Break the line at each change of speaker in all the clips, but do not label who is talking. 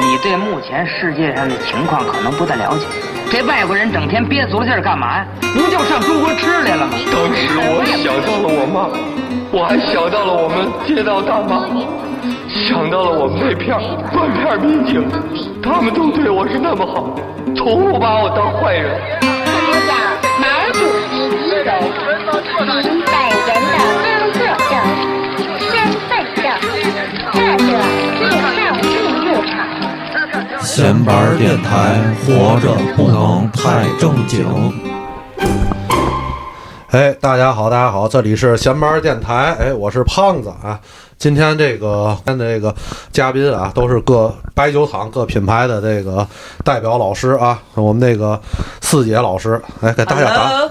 你对目前世界上的情况可能不太了解。这外国人整天憋足了劲儿干嘛呀？不就上中国吃来了吗？
当时我想到了我妈，我还想到了我们街道大妈，想到了我们那片儿断片儿民警，他们都对我是那么好，从不把我当坏人。
分享毛主席一种您本人的身份证、身份证，二者对号入入场。
闲板儿电台，活着不能太正经。
哎，大家好，大家好，这里是闲班电台。哎，我是胖子啊。今天这个今天这个嘉宾啊，都是各白酒厂各品牌的这个代表老师啊。我们那个四姐老师，哎，给大家打
Hello,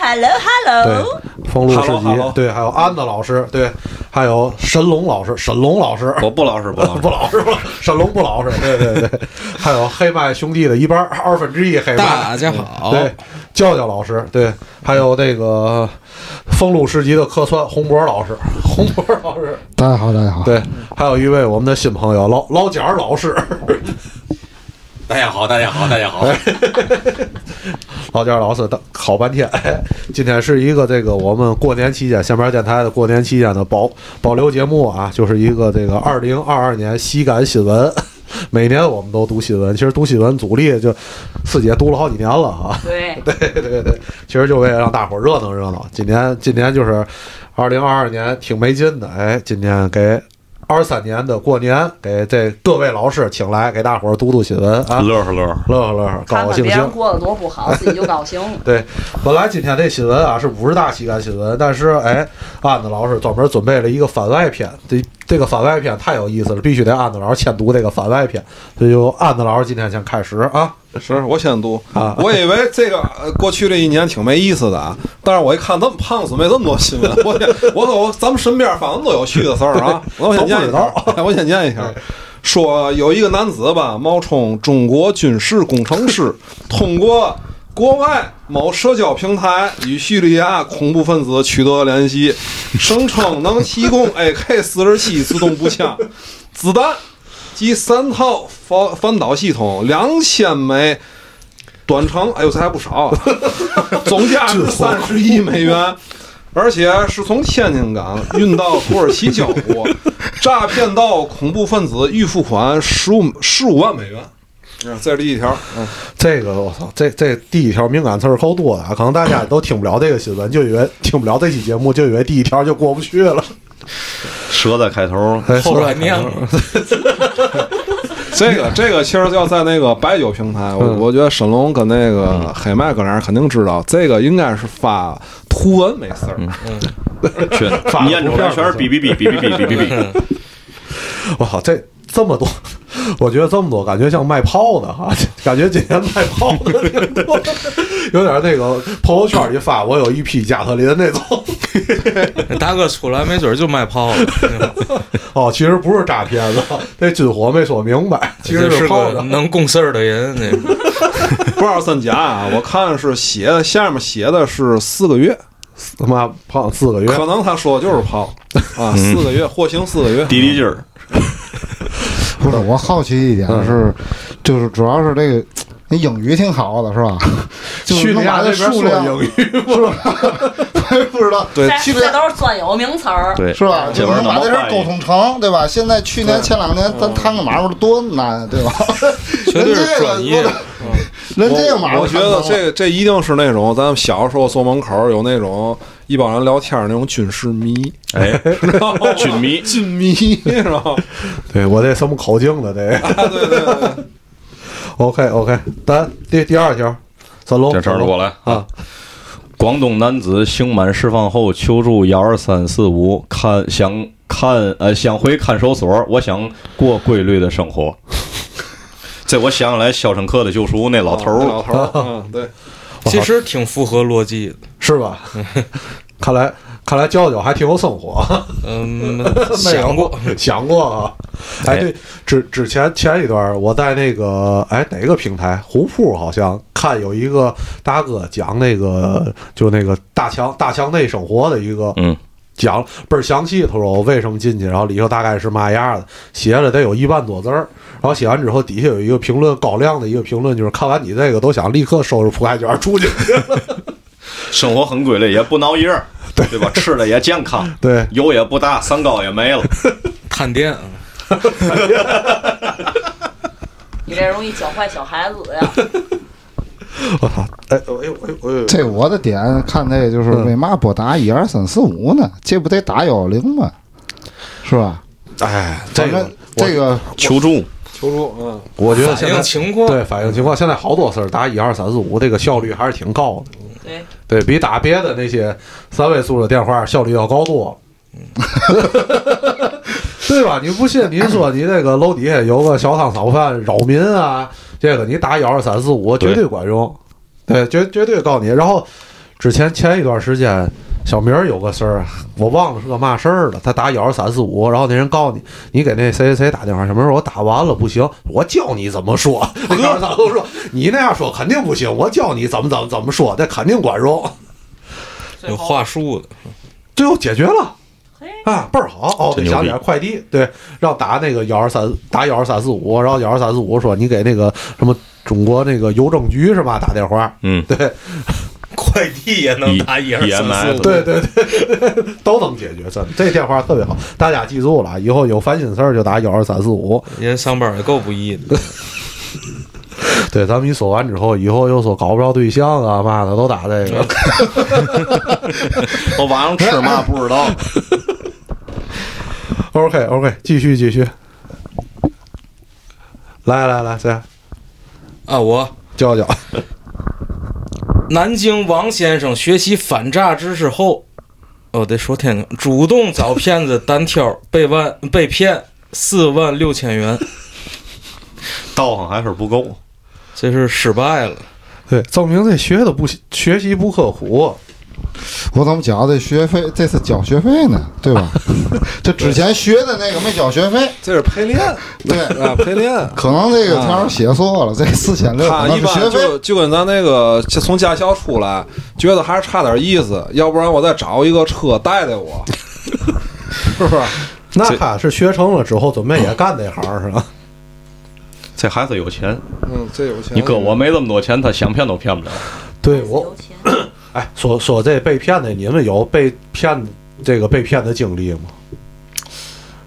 hello,
对
hello。，
风露市
Hello,
集
hello，
对，还有安子老师，对，还有神龙老师，神龙老师，
哦我不老实，不老
不
实。
老实不老实，沈龙不老实，对对 对，还有黑麦兄弟的一班二分之一黑麦，
大家好
对，教教老师，对，还有那个风鲁市集的客串洪博老师，洪博老师，
大家好，大家好。
对，还有一位我们的新朋友老老蒋老师，
大家好，大家好，大家好。
老家老师，好半天。 今天是一个这个我们过年期间，下边电台的过年期间的保保留节目啊，就是一个这个二零二二年西感新闻。每年我们都读新闻，其实读新闻主力就四姐读了好几年了啊。
对，
对对对，其实就为了让大伙儿热闹热闹。今年今年就是二零二二年，挺没劲的。哎，今年给二三年的过年，给这各位老师请来，给大伙儿读读新闻啊，乐
乐呵乐呵，
呵乐呵，高
看
高
看
兴
别人
兴。。
过得多不好，自己就高兴了
对，本来今天这新闻啊是五十大西干新闻，但是哎，安子老师专门准备了一个番外篇，这这个番外篇太有意思了，必须得安子老师先读这个番外篇，所以就安子老师今天先开始啊。
是我先读
啊
我以为这个呃过去这一年挺没意思的啊，但是我一看这么胖子，没这么多新闻，我也我我咱们身边反正都有趣的事儿啊，我先念一条，我先念一条。说有一个男子吧，冒充中国军事工程师，通过国外某社交平台与叙利亚恐怖分子取得联系，声称能提供 AK 四十七自动步枪子弹及三套反反导系统、两千枚短程，哎呦，这还不少 啊，总价值三十亿美元。而且是从天津港运到土耳其交国，诈骗到恐怖分子预付款十五十五万美元。啊这是第一条，嗯，
这个我操，这这第一条敏感词儿够多的啊，可能大家都听不了这个新闻，就以为听不了这期节目，就以为第一条就过不去 了。
蛇在开头，
哎
后来念这个这个其实要在那个白酒平台，我我觉得沈龙跟那个黑麦搁那儿肯定知道，这个应该是发图文没事儿，
全念出来全是哔哔哔哔哔哔哔哔哔。
我操，这这么多， 我觉得这么多感觉像卖炮的哈、 感觉今天卖炮的 挺多，有点那个朋友圈里发我有一批加特林那种。
大哥出来没准就卖炮了，
哦，其实不是诈骗的，这军火没说明白，其实
这是
炮
个
的。
能共事儿的人。那个
不知道真假啊。我看是写的下面写的是四个月，
他妈胖四个月，
可能他说的就是炮啊，
嗯
四个月获刑四个月。
滴滴劲儿，
不是，我好奇一点
嗯
是，就是主要是这个那英语挺好的，是 吧？就是
叙利
能
亚
把
那
这
边
数
说
量
英语，
是吧？我也不知道，
对
这
去
这都是专有名词儿。
对，
是吧？
这
就
玩意儿
能把
怎么
这事儿
翻
沟
译？
通成，对吧？现在去年前两年
嗯
咱谈个买卖多难，对吧？
绝对是专业嗯
人。人这个买卖
我
谈
觉
成了，啊
得这这一定是那种咱们小时候坐门口有那种一帮人聊天儿那种军事迷，
哎，
知道吗
军迷，
军 迷，是吧？
对我这什么口径的 这
啊对对对。
？OK OK，咱第第二条，三龙，
这事儿过来
啊。
广东男子刑满释放后求助幺二三四五，看想看呃想回看守所，我想过规律的生活。这我想起来《肖申克的救赎》哦那老头
啊
儿，
老头儿，嗯，对，
其实挺符合逻辑的。
是 吧？看来看来教教还挺有生活，
嗯，
没有
想过
想过啊。哎，
哎
对，之之前前一段我在那个哎哪个平台，虎扑好像看有一个大哥讲那个就那个大强大强内生活的一个
嗯，
讲倍儿详细，他说我为什么进去，然后里头大概是嘛样的，写了得有一万多字儿，然后写完之后底下有一个评论，高亮的一个评论就是看完你这个都想立刻收拾铺盖卷儿出去。
生活很规律，也不挠热，对吧？吃的也健 康，
对，
油也不大，三高也没了，
探店啊，
你这容易教坏小孩子呀。
我操！哎哎呦哎呦哎呦！
这我的点看这就是
嗯
为嘛不打一二三四五呢？这不得打幺幺零吗？是吧？
哎，
反正这个
求助，
求助，嗯，
我觉得
反
现
映
在
情况
对反映情况，现在好多事儿打一二三四五这个效率还是挺高的，
对，
对比打别的那些三位数的电话效率要高多了。 对吧？你不信？你说你这个楼底下有个小汤炒饭扰民啊，这个你打幺二三四五绝对管用，对，绝绝对告你。然后之前前一段时间，小明儿有个事儿，啊我忘了是个嘛事儿了，他打幺二三四五，然后那人告你，你给那谁谁谁打电话，小明儿说我打完了不行，我教你怎么说。 那幺二三四说你那样说肯定不行，我教你怎么怎么怎么说，这肯定管用，
有话术的，
最后解决了。
嘿，
啊，倍儿好哦！对，
真牛
想起
逼
来快递，对，让打那个幺二三打幺二三四五，然后幺二三四五说你给那个什么中国那个邮政局是吧打电话，
嗯，
对
快递也能打一二三四
EMS
五，
对对对，都能解决，真的这电话特别好，大家记住了啊，以后有烦心事儿就打幺二三四五。
人上班也够不易的。
对，咱们一说完之后，以后又说搞不着对象啊嘛的都打这个，
我晚上吃嘛不知道。
OK OK，继续继续，来来来，谁
啊，我
教教？
南京王先生学习反诈知识后，哦，得说天津，主动找骗子单挑，被万被骗四万六千元，
道行还是不够。
这是失败了。
对，证明这学的不学习不刻苦，
我怎么觉得学费这次交学费呢？对吧？这之前学的那个没交学费，
这是陪练，
对
啊，陪练。
可能这个条儿写错了，这四千六可
他
能
一
是
般
学费。
就就跟咱那个就从驾校出来，觉得还是差点意思，要不然我再找一个车带 带我，是不是？
那他是学成了之后，准备也干这行是吧？
这孩子有钱，
嗯，这有钱。
你哥我没这么多钱，他想骗都骗不了。
对
有
我，
钱，
哎，说说这被骗的，你们有被骗这个被骗的经历吗？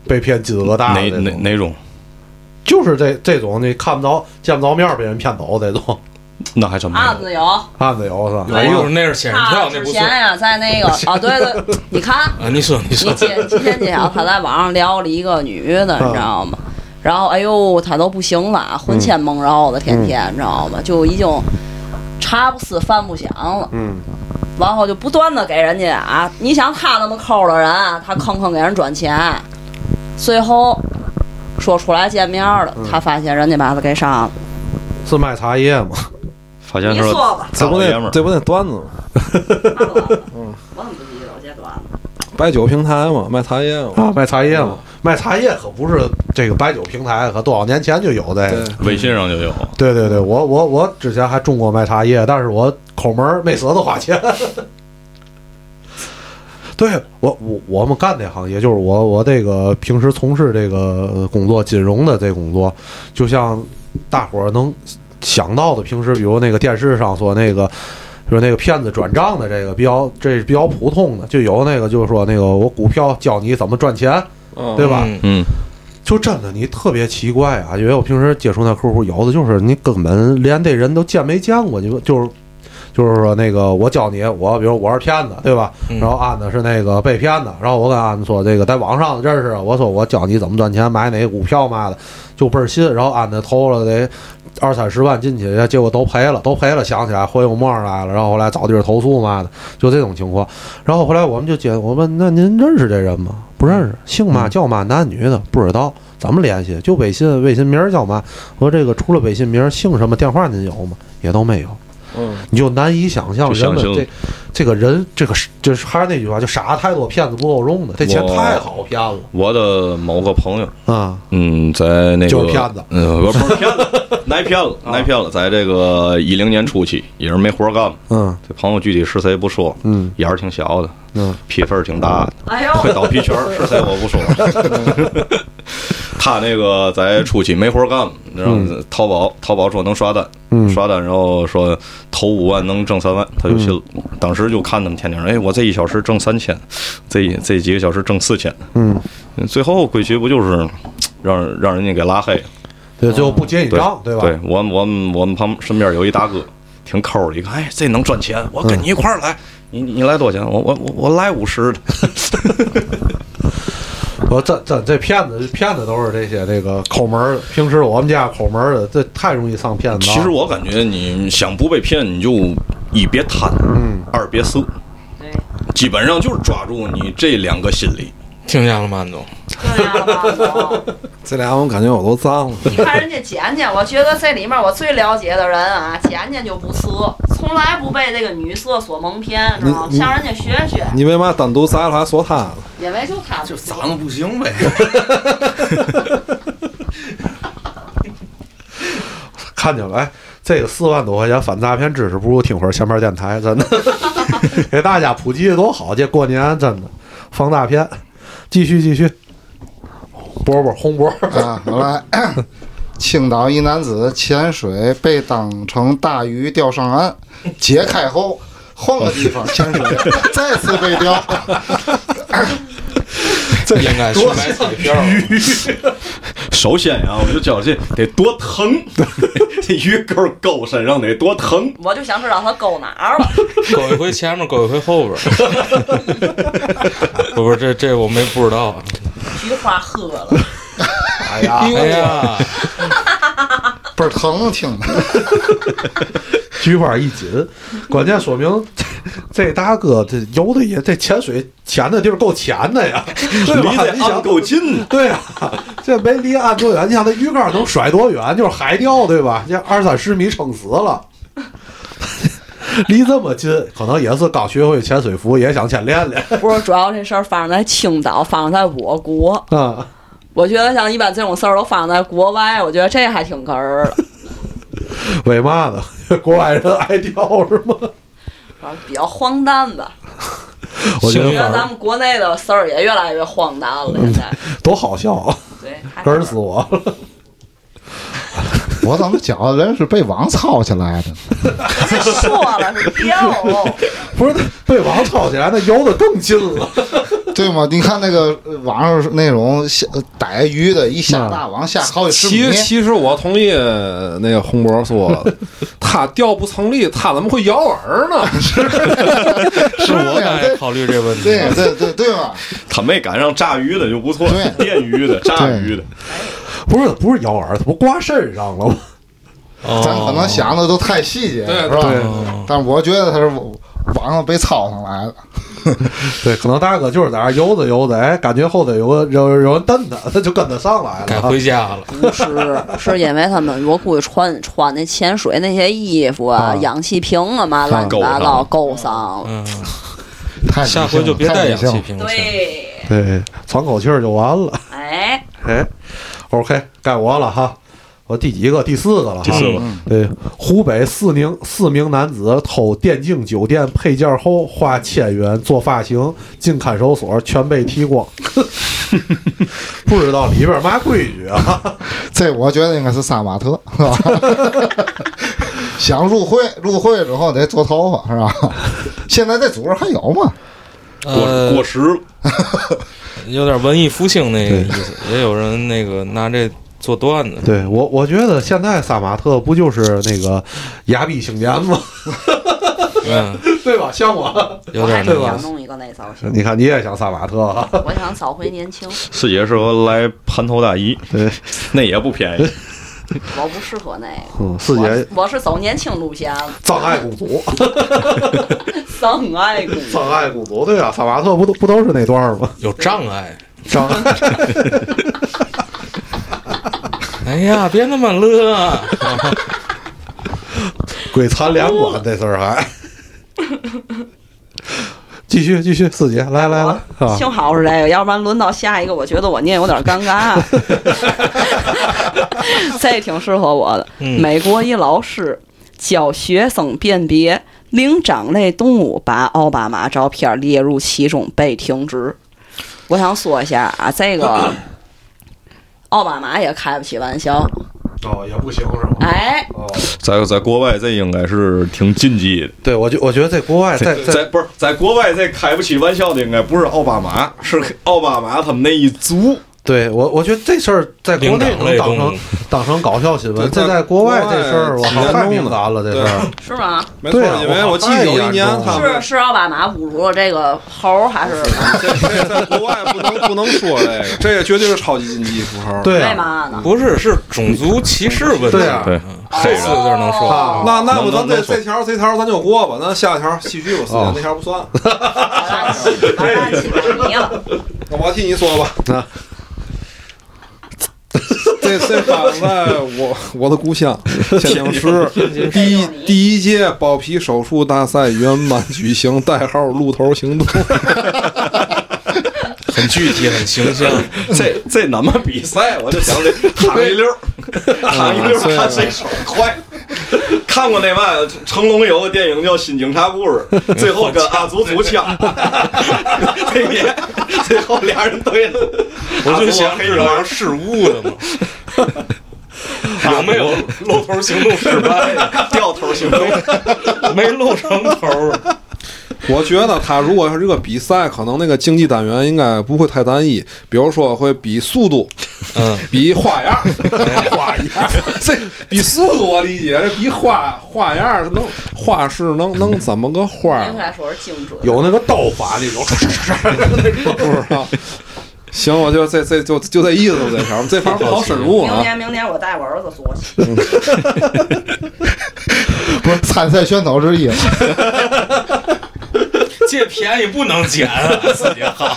被骗金额大的
哪
那
哪
种，
哪种？
就是这这种你看不着、见不着面儿被人骗走这种
那还真没
案
有。
子有。
案子有是吧？
哎呦，那是仙人
啊他
跳，那
之
不
前
算
呀，在那个啊，对对，你看，
啊！你说，你
你
说，
今今天这晓他在网上撩了一个女的，你知道吗？然后哎呦，他都不行了，魂牵梦绕的，天天你知道吗？就已经茶不思饭不想了。嗯。然后就不断的给人家啊，你想他那么抠的人，他坑坑给人转钱，最后说出来见面了，他发现人家把他给杀了。
是卖茶叶吗？
发现
你
是
说
个
吧，
这
大
不
老爷们
那
儿，
这不那段子吗？
那我 我怎么不记得我这段子？
白酒平台嘛，卖茶叶嘛。
啊，卖茶叶吗？卖茶叶可不是这个白酒平台，可多少年前就有这
对
个。，
微信上就有。
对对对，我我我之前还种过卖茶叶，但是我抠门儿没舍得花钱。 对我我我们干这行业，就是我我这个平时从事这个工作，金融的这工作，就像大伙儿能想到的，平时比如那个电视上说那个。就是那个骗子转账的这个比较，这是比较普通的，就有那个就是说那个我股票教你怎么赚钱，
嗯
对吧？
嗯
嗯，
就真的你特别奇怪啊，因为我平时接触那客户，有的就是你根本连这人都见没见过，你就是就是说那个我教你，我比如我是骗子，对吧？
嗯
然后安子是那个被骗的，然后我跟安子说这个在网上认识，我说我教你怎么赚钱，买哪个股票嘛的，就倍儿信。然后安子投了得二三十万进去，结果都赔了，都赔了，想起来回我梦上来了，然后后来找地儿投诉嘛的，就这种情况。然后后来我们就接，我问那您认识这人吗？不认识，姓嘛叫嘛，男女的不知道，怎么联系？就微信，微信名儿叫嘛？我说这个除了微信名儿，姓什么？电话您有吗？也都没有。
嗯，
你就难以想象
就
人
想
们
象
这这个人这个是就是还是那句话，就傻太多，骗子不够用的，这钱
我
太好骗了
我的某个朋友，
啊！
嗯，在那个
就是骗子
嗯，不是 不是骗子，挨骗了，挨骗了，在这个一零年初期也是没活干嘛。
嗯，
这朋友具体是谁不说，
嗯，
眼儿挺小的，
嗯，
屁缝儿挺大的，
哎呦，
会倒皮圈儿是谁我不说。 他那个在初期没活干嘛，然后
嗯
淘宝淘宝说能刷单，刷单，然后说投五万能挣三万，他就信了。
嗯
当时就看他们天天，哎，我这一小时挣三千，这一这几个小时挣四千，
嗯，
最后归结不就是让让人家给拉黑了？
对，最后不结你账，
对
吧？
对，我们我们我们旁身边有一大哥，挺抠儿的，一看，哎，这能赚钱，我
嗯
跟你一块儿来，你你来多少钱？我我我我来五十的，
我这这这骗子骗子都是这些这个抠门儿的，平时我们家抠门儿的，这太容易上骗子当。
其实我感觉你想不被骗，你就一别贪，
嗯
二别色，基本上就是抓住你这两个心理。
听见了吗，安总？
对呀，马总
这俩我感觉我都脏了。
你看人家简简，我觉得这里面我最了解的人啊，简简就不色，从来不被这个女色所蒙骗，知道吗？
你
向人家学学，
你为嘛单独摘了还说他呢？
因为就他就
长得不行呗。
看见了，哎，这个四万多块钱反诈骗知识，不如听会儿前面电台， 真的给大家普及的多好。这过年真的防诈骗，继续继续，波波红波，
啊，我来。青岛一男子潜水被当成大鱼钓上岸，解开后换个地方潜水， 再次被钓。
这应该去买彩票。
首先啊，我就觉得这得多疼， 这鱼钩勾身上得多疼。
我就想知道他勾哪儿了。
勾一回前面，勾一回后边儿。 不不，这这我没不知道。
菊花喝了，
哎呀，
哎呀，
倍儿疼，听着。
菊花一紧，关键说明 这这大哥这游的也这潜水潜的地儿够浅的 呀，对
离
吧？
得
你
岸
想
够近，
对啊，这没离岸多远，你 想那鱼竿能甩多远？就是海钓，对吧？这二三十米撑死了， 离这么近，可能也是刚学会潜水服，也想先练 练
不是主要这事儿发生在青岛，发生在我国。
啊。
我觉得像一般这种事儿都发生在国外，我觉得这还挺哏儿的，
为嘛呢？ 国外人爱钓是吗？
反啊正比较荒诞吧。
我觉
幸
得
运
反
觉得
啊
咱
正
们国内的事儿也越来越荒诞了，现在。
多好笑啊，
对，还
哏儿死我 了。
我怎么觉得人是被网操起来的？
人家说了是 钓，
不是被网抄起来，那游的更近了。
对吗？你看那个呃网上那种下呃逮鱼的，一下
嗯
大网下好几十
其
米
实，其实我同意那个红博说的，他钓不成立，他怎么会摇饵呢？
是我刚才考虑这问题。
对对对对吧？
他没赶上炸鱼的就不错，
对
电鱼的、炸鱼的，
不是不是摇饵，它不挂身上了吗？
哦
咱可能想的都太细节了，是吧？但是我觉得他是网上被操上来的。
对，可能大哥就是在那儿游着游着，哎，感觉后头有个有有人蹬他，他就跟他上来
该
了。
回家了。
不 是，是因为他们我估计穿穿那潜水那些衣服
啊
啊、氧气瓶啊嘛，乱七八糟够伤了。
嗯，
太理性
下
了
回就别
太
带
理
氧
性
气
了
瓶了。
对，
对，喘口气儿就完了。
哎，
哎，OK，该我了哈，我第几个？第四个了哈。
第四个
对，湖北四名四名男子偷电竞酒店配件后，花千元做发型，进看守所全被剃 光。 不知道里边嘛规矩啊？
这我觉得应该是杀马特，是吧？ 想入会，入会之后得做头发，是吧？ 现在这组织还有 吗？
过
呃
过，时了。
有点文艺复兴那个意思，也有人那个拿这做段子。
对我，我觉得现在杀马特不就是那个牙逼青年吗？
嗯，
对吧？像我，
有
我还
点
是
那
想
个。
弄一个那造型，
你看你也想杀马特啊？
我想找回年轻，
四姐适合来盘头大衣，
对，
那也不便宜。
我不适合那个。
嗯，四姐
我我是走年轻路线了，
葬爱公主，
丧爱谷。
葬爱公主，对啊，杀马特不都不都是那段儿 吗？
有障碍。
张
啊 哎呀，别那么乐，
鬼残两管这事儿还。继续继续，四姐来来来啊！
幸好是这个，要不然轮到下一个，我觉得我念有点尴尬。啊这挺适合我的。
嗯
美国一老师教学生辨别灵长类动物，把奥巴马照片列入其中被停职。我想说一下啊，这个奥巴马也开不起玩笑。
哦，也不行是吗？
哎，
在在国外这应该是挺禁忌的。
对，我觉我觉得在国外，在
在不是在国外这开不起玩笑的应该不是奥巴马，是奥巴马他们那一族。
对我我觉得这事儿在国内能当成当成搞笑新闻，这在国外这事儿我好太敏感了，这事儿。
是吗？
没错，
对啊
因为我记得有一年
我好
他
像
们
是是奥巴马侮辱了这个猴儿还是
这这在国外不能不能说这个，这个绝对是超级禁忌符号。
对
为
啊，
嘛哎呢？
不是，是种族歧视问题。
对啊
对，
这四个字能说。
啊
那那不
能
咱
能
这
说
这条这条咱就过吧，咱下一条戏剧吧，四
哦
姐那条不算。
完蛋完蛋起来你了。
那我替你说吧。
啊
这这发生在我我的故乡 天津市第一第一届包皮手术大赛圆满举行，代号“鹿头行动”。
很具体，很形象。
这这怎么比赛？啊我就想这躺一溜儿， 躺一溜儿，
对
看谁手快。看过那嘛，成龙有个电影叫《新警察故事》，最后跟阿祖组枪，这也最后俩人对了。
我就想
黑
知
影
道是误的嘛， 有没有露头行动失败？
掉头行 动，
没露成头，
我觉得他如果是这个比赛，可能那个竞技单元应该不会太单一，比如说会比速度，
嗯，哎
比花样，花样， 这比速度我理解，这比花花样能花式能能怎么个花儿
应？该说是精准。
有那个刀法那种，
不知道。 行，我就这这就就这意思，这条这条不好深入
明
啊。
年明年我带我儿子做去。
不是参赛选手之一。
这便宜不能捡啊，自己好，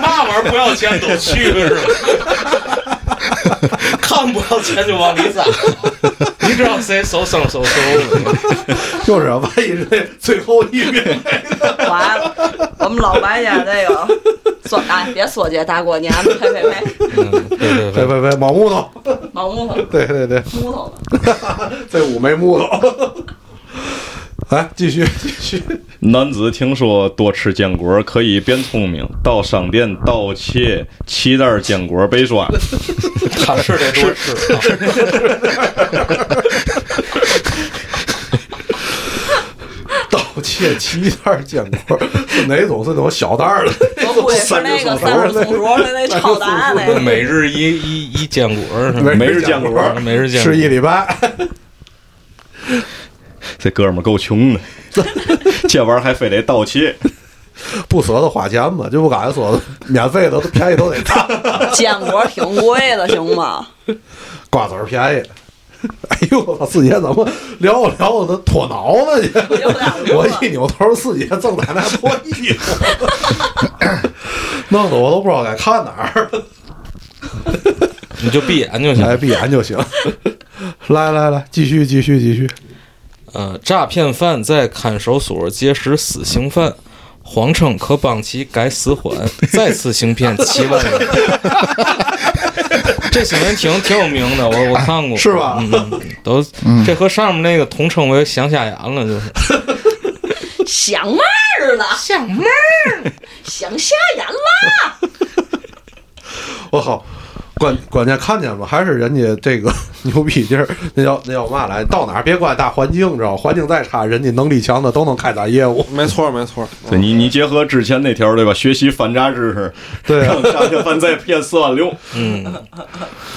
嘛玩意儿不要钱都去是 吧？看不要钱就往里砸，你知道谁手生手熟吗？
就是万一是那最后一名，
完了，我们老白家这个说，哎，别说这大过年的，呸呸呸，
嗯，对对对，
别别别，毛木头，
毛木头，
对对对，
木头的。
这五枚木头。 来，继续继续，
男子听说多吃坚果可以变聪明，到商店盗窃七袋坚果 被抓。
他是得多吃啊。
盗窃七袋坚果，是哪种是那种小袋儿的？
我估计是那个三十松鼠的那超大那个。
每日一一一坚果是吧？
每日坚果
每日坚果
吃一礼拜，
这哥们儿够穷的， 这玩意儿还非得盗窃。
不舍得花钱嘛，就不敢说免费的，便宜都得占。
坚果挺贵的，行吗？
瓜子儿便宜。哎呦，我四姐怎么聊着聊着脱脑子去？
留不了留
我
不
一
了
扭头，四姐正在那脱衣服，弄得我都不知道该看哪儿了。
你就闭眼就行。
哎，闭眼就行。来来来，继续继续继续。
呃，诈骗犯在看守所结识死刑犯，谎称可帮其改死缓，再次行骗七万元。 这新闻挺挺有名的，我我看过，
是吧
嗯，嗯都这和上面那个统称为“想瞎眼”了，就是
想嘛儿了？想嘛儿？想瞎眼啦？
我靠，关关键看见吧，还是人家这个 牛逼劲儿，那叫那叫嘛来？到哪儿别怪大环境，知道吗环境再差，人家能力强的都能开展业务。
没错，没错。
哦
对你，你结合之前那条对吧？学习反诈知识，
对啊
让诈骗犯再骗四万六，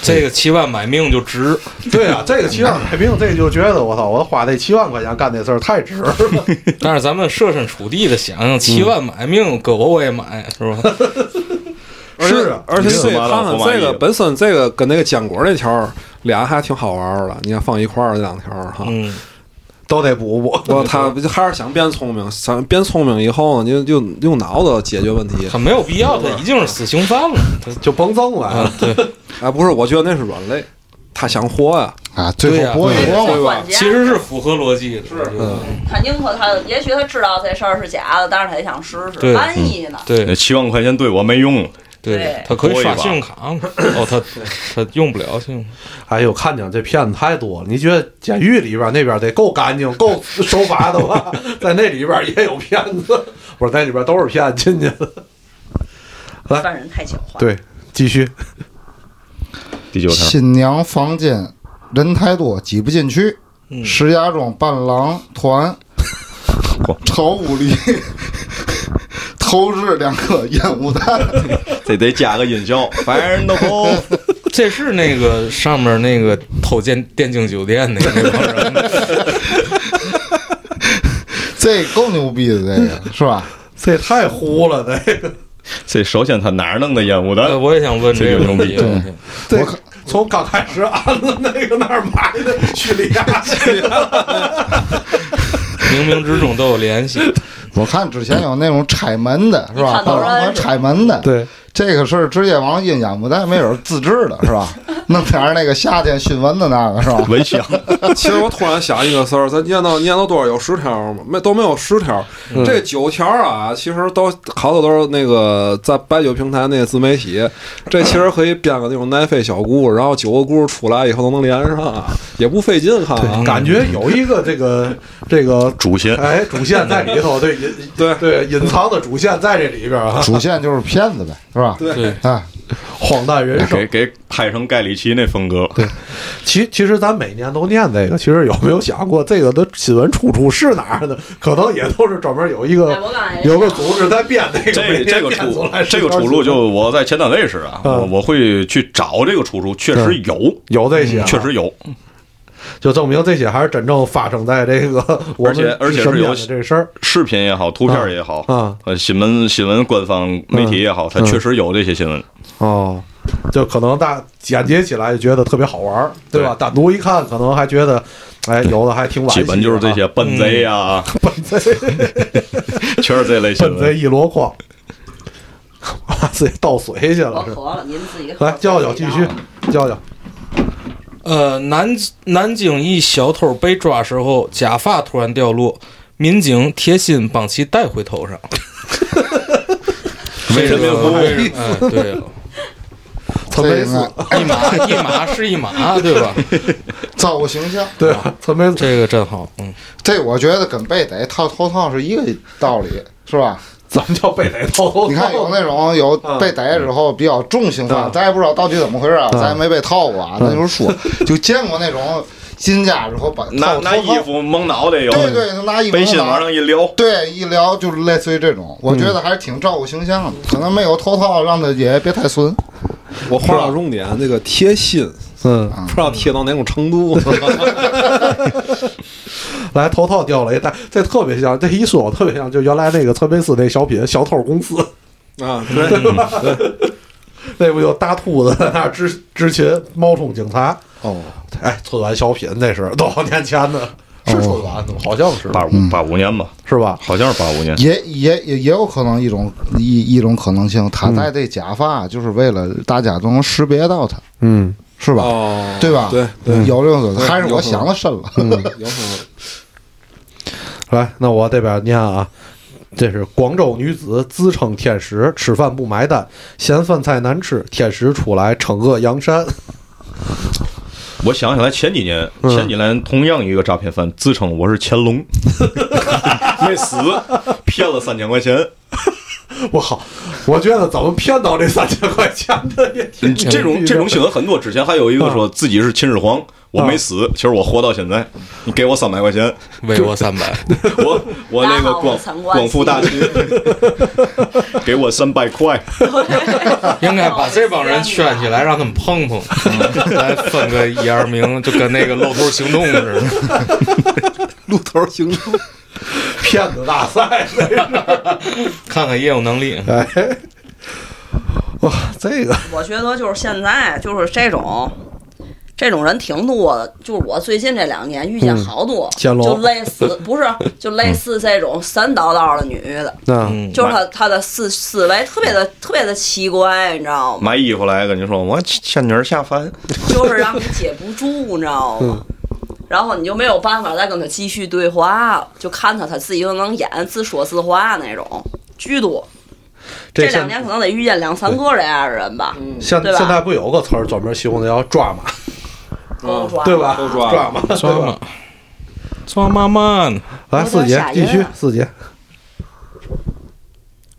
这个七万买命就值。
对啊，这个七万买命，这个就觉得我操，我花这七万块钱干这事儿太值了。
但是咱们设身处地的想想，七万买命，搁我我也买，是吧？
而
是
且
啊
而且
你
所以
怎么
看
了
看
我满
这
意
个本身这个跟那个坚果那条儿俩还挺好玩儿的，你看放一块儿这两条儿哈。
嗯，
都得补补。
不，他不就还是想变聪明，想变聪明以后呢，就就用脑子解决问题。
他没有必要，他已经是死刑犯了。他
就甭增了。
啊，对，
哎，不是，我觉得那是软肋，他想活呀、
啊，最后不会
对
活嘛。
管家
其实是符合逻辑的，是，
他宁可他，也许他知道这事儿是假的，但是他也想试试，
对
万一呢？
对
七万块钱对我没用，
对
对，
他可以
多一
刷
把
信用卡，哦，他他用不了信用卡。
哎呦，看见这骗子太多了！你觉得监狱里边那边得够干净、够守法的 吧？在那里边也有骗子，不是那里边都是骗子进去的。来
犯人太狡猾。，
对，继续。
第九 条，
新娘房间人太多挤不进去，
嗯
石家庄伴郎 团朝屋 里投掷两颗烟雾弹，
这得加个音效，烦人的慌。
这是那个上面那个偷电电竞酒店 那个帮人吗，
这够牛逼的，这个是吧？
这太糊了，这个
这首先他哪儿弄的烟雾弹
呃？我也想问这个牛逼的问题。
这个从刚开始按了那个那儿买的叙利 亚去
冥冥之中都有联系。
我看之前有那种拆门的，是吧？伴
看到人
郎团拆门的，
对，
这个事儿直接往阴阳不带，没准儿自制的是吧？ 弄点儿那个夏天熏蚊子那个是吧？
蚊香，
其实我突然想一个事儿，咱念到念到多少有十条吗？没都没有十条，
嗯
这九条啊，其实都好多都是那个在白酒平台那个自媒体，这其实可以编个那种奈飞小故事，然后九个故事出来以后都能连上啊，也不费劲看啊。
感觉有一个这个这个
主线
哎主线在里头， 对隐
对
对隐藏的主线在这里边啊，
主线就是骗子呗，是吧？
对
对，
哎，
荒诞人生
给。给拍成盖里奇那风格，
其其实咱每年都念这个，其实有没有想过这个的新闻出处是哪儿呢？ 可能也都是专门有一
哎，
个
我刚才也
有个组织在编这个，
这这个
编出
出
来是
这个出路就我在前单位时啊，
嗯
我我会去找这个出处，确实有，
有这些啊，
嗯确实有，
就证明这些还是真正发生在这个我们
而且而且是
身边
有
的这事儿。
视频也好，图片也好，
嗯
呃，新闻新闻官方媒体也好，它
嗯
确实有这些新闻。
哦，就可能大简洁起来就觉得特别好玩儿，对吧？
对
单独一看，可能还觉得，哎，有的还挺惋惜的
基
啊，嗯
本就是这些笨贼呀、笨贼， 全是这类新
笨贼
闻。
一箩筐，哇塞，倒水去
我
了是。
喝了，您自己啊喝
来，教教继续，教教。
呃，南南京一小偷被抓时候，假发突然掉落，民警贴心帮其戴回头 上。
为人民服务
这个哎对了，
这
陈梅
应
斯，
该
一码一码是一码，对吧？
造个形象。
对吧？陈梅斯，
这个真好，嗯，
这我觉得跟被逮套头套是一个道理，是吧？
咱们叫被逮偷偷。
你看 有那种有
哦嗯
被逮之后比较重刑
嗯
犯，咱也不知道到底怎么回事啊，
嗯
咱也没被套过啊，
嗯
那就是说 就见过那种进家之后把
拿
套
拿
头
衣
套，
服蒙脑袋有，
对对，拿衣服
背心
拿
往上一撩，
对，一聊就类似于这种，我觉得
嗯
还是挺照顾形象的，可能没有头套，让他也别太损。
我画了重点，那个贴心，
嗯，
不知道贴到哪种 程度。
来头套掉了一袋，这特别像，这一说我特别像，就原来那个陈佩斯那小品《小偷公司》，
啊，对，
那不就大兔子在那儿执执勤冒充警察？
哦，
哎，春晚小品那是多少年前的？是春晚的吗？好像是
八五八五年吧，
是吧？
好像是八五年。
也也也也有可能一种一一种可能性，
嗯
他戴这假发就是为了大家都能识别到他，
嗯，
是吧？
哦，
对吧？
对，
对，有这种可
对
能，还是
有
我
可能嗯
想的深了。
有可 能。
来，那我这边念啊。这是广州女子自称天使，吃饭不买单，嫌饭菜难吃，天使出来惩恶扬善。
我想起来前几年，
嗯
前几年同样一个诈骗犯自称我是乾隆，没死，骗了三千块钱。
我靠，我觉得怎么骗到这三千块钱的也挺
这种这种新闻很多，之前还有一个说自己是秦始皇，我没死，其实我活到现在。你给我三百块钱，
为我三百，
我我那个光光复大清，给我三百块，
应该把这帮人圈起来，让他们碰 碰，来分个一二名，就跟那个露头行动似的。
鹿头行动，
骗子大 赛。
看看业务能力。
哎，哇，这个
我觉得就是现在就是这种，这种人挺多的，就是我最近这两年
嗯
遇见好多，
见喽
就类 似不是就
嗯
类似这种神叨叨的女的，
那
嗯
就是她她的思思维特别
嗯
的特别的奇怪，你知道吗？
买衣服来跟你说，我仙女儿下凡，
就是让你接不住，你知道吗？
嗯
然后你就没有办法再跟她继续对话了，就看她她自己就能演自说自话那种，巨多。这
现
两年可能得遇见两三个这样的人吧，
现
对吧
现在不有个词儿专门形容的叫抓马，
够 抓
对吧？
都抓
抓马，
抓
对吧
嘛，抓妈妈呢，
来，
有点
四姐
吓人
继续
啊，
四姐，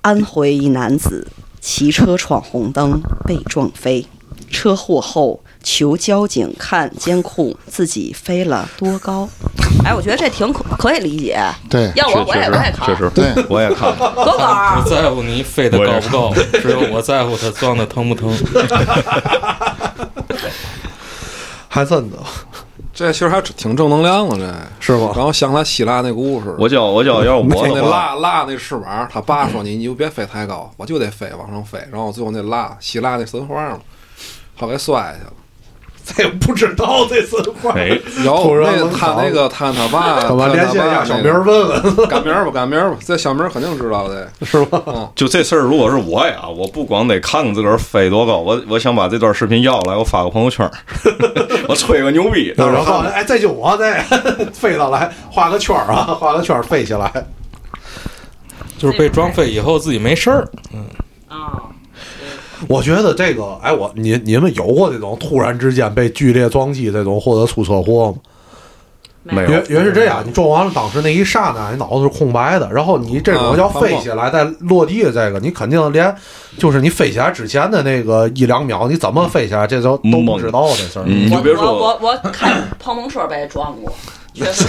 安徽一男子骑车闯红灯被撞飞，车祸后求交警看监控，自己飞了多高？ 哎，我觉得这挺可可以理解。
对
要我
确
我
确
也
实
我也看
确，实，
对
我也看了。
多 高
不
啊？
在乎你飞得高不高，只有我在乎他撞的疼不疼。
还真 的
这其实还挺正能量的，这
是吗？
然后想起来希腊那故事，
我叫我叫，要是我
那
的话，
蜡蜡那翅膀，他爸说你你就别飞太高，我就得飞往上飞，然后最后那蜡希腊那神话嘛，他给摔下去了。
这不知道这次话，
哎，
有
突然
那
冷
他
场
那个他 他爸，
好吧，
他
连线一下小明儿问问，
赶明儿吧，赶明儿吧，这小明儿肯定知道的。
是吧？
就这事儿，如果是我呀，我不光得看看自个儿飞多高，我我想把这段视频要来，我发个朋友圈儿， 我吹个牛逼，到时
然
候
后
看
哎，这就我 这飞到来，画个圈儿啊， 画个圈儿飞起来，
就是被撞飞以后自己没事儿，
啊，
我觉得这个，哎，我你你们有过这种突然之间被剧烈撞击这种或者出车祸吗？
没有
原原是这样，你撞完了，当时那一刹那，你脑子是空白的。然后你这种
啊
要
反
飞
光
起来再落地，这个你肯定连就是你飞起来之前的那个一两秒，你怎么飞起来，这都都不
懵
知道这事儿。
嗯你
我
就别
我
说
我我看碰碰车被撞 过，确实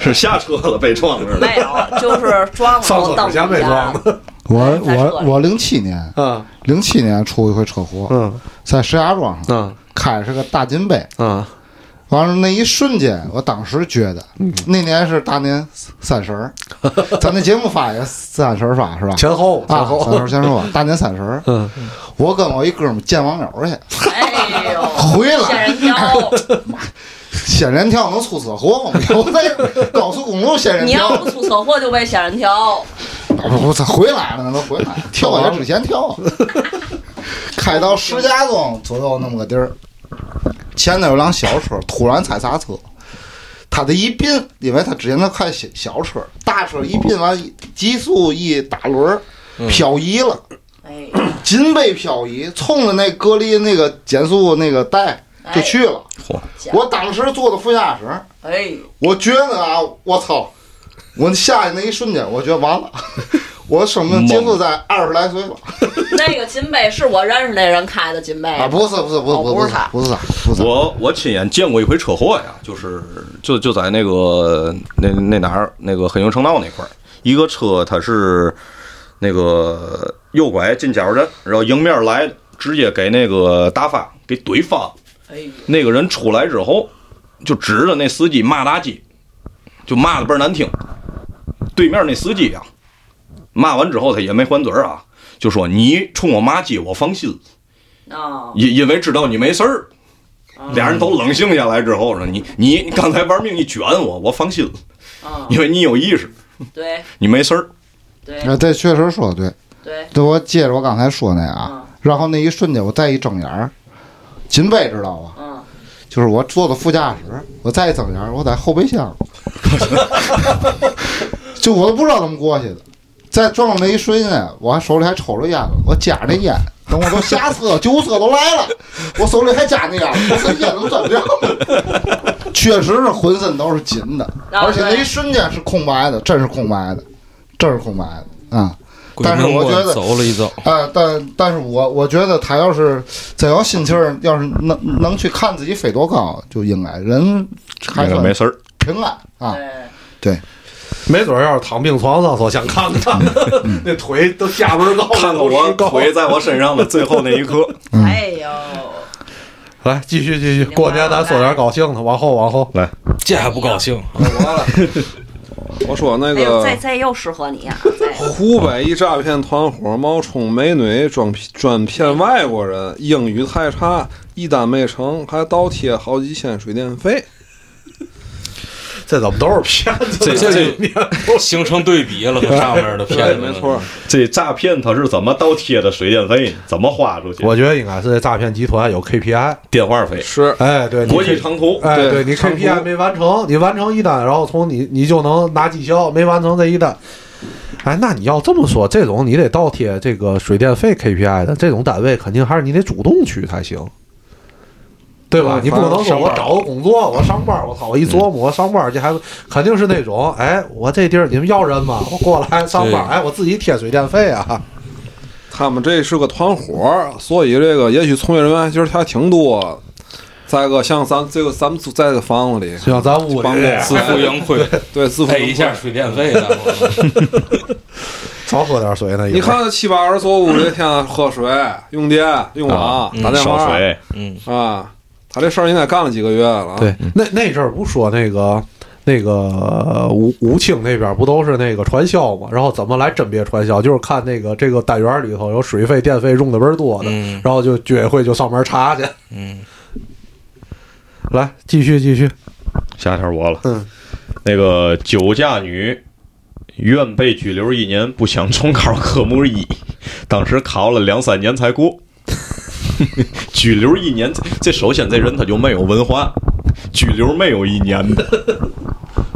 是
是下车了被撞着了，
没有，就是撞
上
过
厕所
蹬
前被
一下
撞。
哎
的，
我
在车
我
上
我零七年
嗯
零七年出一回车祸，
嗯
在石家庄上
嗯
开是个大金杯，
嗯，
完了那一瞬间，我当时觉得
嗯
那年是大年三十儿， 咱那节目发也三十儿发是吧？
前后前
啊，
后，
三十儿前说大年三十儿，
嗯，
我跟我一哥们儿见网友去，
哎呦，
回 来
吓人跳！
仙人跳能出车祸吗？ 我在高速公路仙人
你要
跳
不，出车祸就被吓人跳。
我操，回来了，都回来了， 跳下之前跳，开到石家庄左右那么个地儿，前头有辆小车突然踩刹车，他这一并，因为他之前他开小小车，大车一并完急速一打轮儿，
嗯
漂移了，
哎，
紧被漂移，冲着那隔离那个减速那个带就去了。
嚯
我当时坐的副驾驶，
哎，
我觉得啊，我操！我下去那一瞬间，我觉得完了，我生命结束在二十来岁了
那个金杯是我认识那人开的金杯
啊！不是不是不是
哦
不
不
是
是他
不是他不是他，
我我亲眼见过一回车祸呀，就是就就在那个那那哪儿那个黑牛城道那块儿，一个车它是那个右拐进加油站，然后迎面来的，直接给那个大发给怼翻了。
哎呦，
那个人出来之后，就指着那司机骂大街，就骂的倍儿难听。对面那司机啊，骂完之后他也没还嘴儿啊，就说你冲我骂街，我放心，
啊，
因因为知道你没事儿。俩人都冷静下来之后说你你你刚才玩命一卷我，我放心了，
嗯，
因为你有意识，
对
你没事儿。
对
啊这确实说的对。
对，
对，我接着我刚才说那
嗯
啊，然后那一瞬间，我再一睁眼儿，金贝知道吧？
嗯，
就是我坐的副驾驶，我再一睁眼儿，我在后备箱， 就我都不知道怎么过去的。再撞那一瞬间，我还手里还抽着烟了，我夹着烟，等我都下车，救护车都来了，我手里还夹着烟了，我这烟怎么断掉了？ 确实是浑身都是紧的，
然后
而且那
啊对
一瞬间是空白的，真是空白的，真是空白的啊。
鬼
但是
门
我觉
关
得
走了一遭，
啊，但但是我我觉得他要是真有心气儿，要是能能去看自己飞多高，就应该人还算
没事儿，
平安啊。
对，
对，
没准儿要是躺病床上说想看看， 那腿都下边儿高，
嗯看看我
都高
腿在我身上的最后那一刻。
哎呦，
来继续继续，
白
哎
过年咱说点高兴的，往后往后。
这还不高兴？
我我说那
哎呦，
个
再再又适合你呀、啊再
湖北一诈骗团伙冒充美女专专骗外国人，英语太差，一单没成，还倒贴好几千水电费。
这怎么都是骗子？
这这
形成对比了和上面的
对，
骗子
哎没
们
错，
这诈骗他是怎么倒贴的水电费呢？怎么花出去？
我觉得应该是这诈骗集团有 KPI，
电话费，
是
哎，对，你
国际长途，
哎，
对
对你
长途
KPI 没完成，你完成一单，然后从你你就能拿绩效，没完成这一单。哎，那你要这么说，这种你得倒贴这个水电费 KPI 的这种单位，肯定还是你得主动去才行，对吧？
嗯
你不能说
上班
我找个工作，我上班，我操，我一琢磨我上班，这还肯定是那种，哎，我这地儿你们要人吗？我过来上班，
对
哎，我自己贴水电费啊，
他们这是个团伙，所以这个也许从业人员其实还挺多。再一个，像咱这个咱们住在这个房子里，
就像咱屋里
帮着
自负盈亏，
对自负
赔一下水电费的。
少喝点水呢。
你看七八人坐屋里，天天 喝水、用电、用
啊
网、打电
烧
话
啊嗯水，
嗯，
啊，他这事儿应该干了几个月了。
对，，啊那那阵儿不说那个那个呃吴吴清那边儿不都是那个传销嘛？然后怎么来甄别传销？就是看那个这个单元儿里头有水费、电费用的倍儿多的，
嗯
然后就居委会就上门查去。
嗯，
来，继续继续。
下一条我了。
嗯，
那个酒驾女愿被拘留一年，不想重考科目一，当时考了两三年才过。 拘留一年，这这首先这人他就没有文化，拘留没有一年的。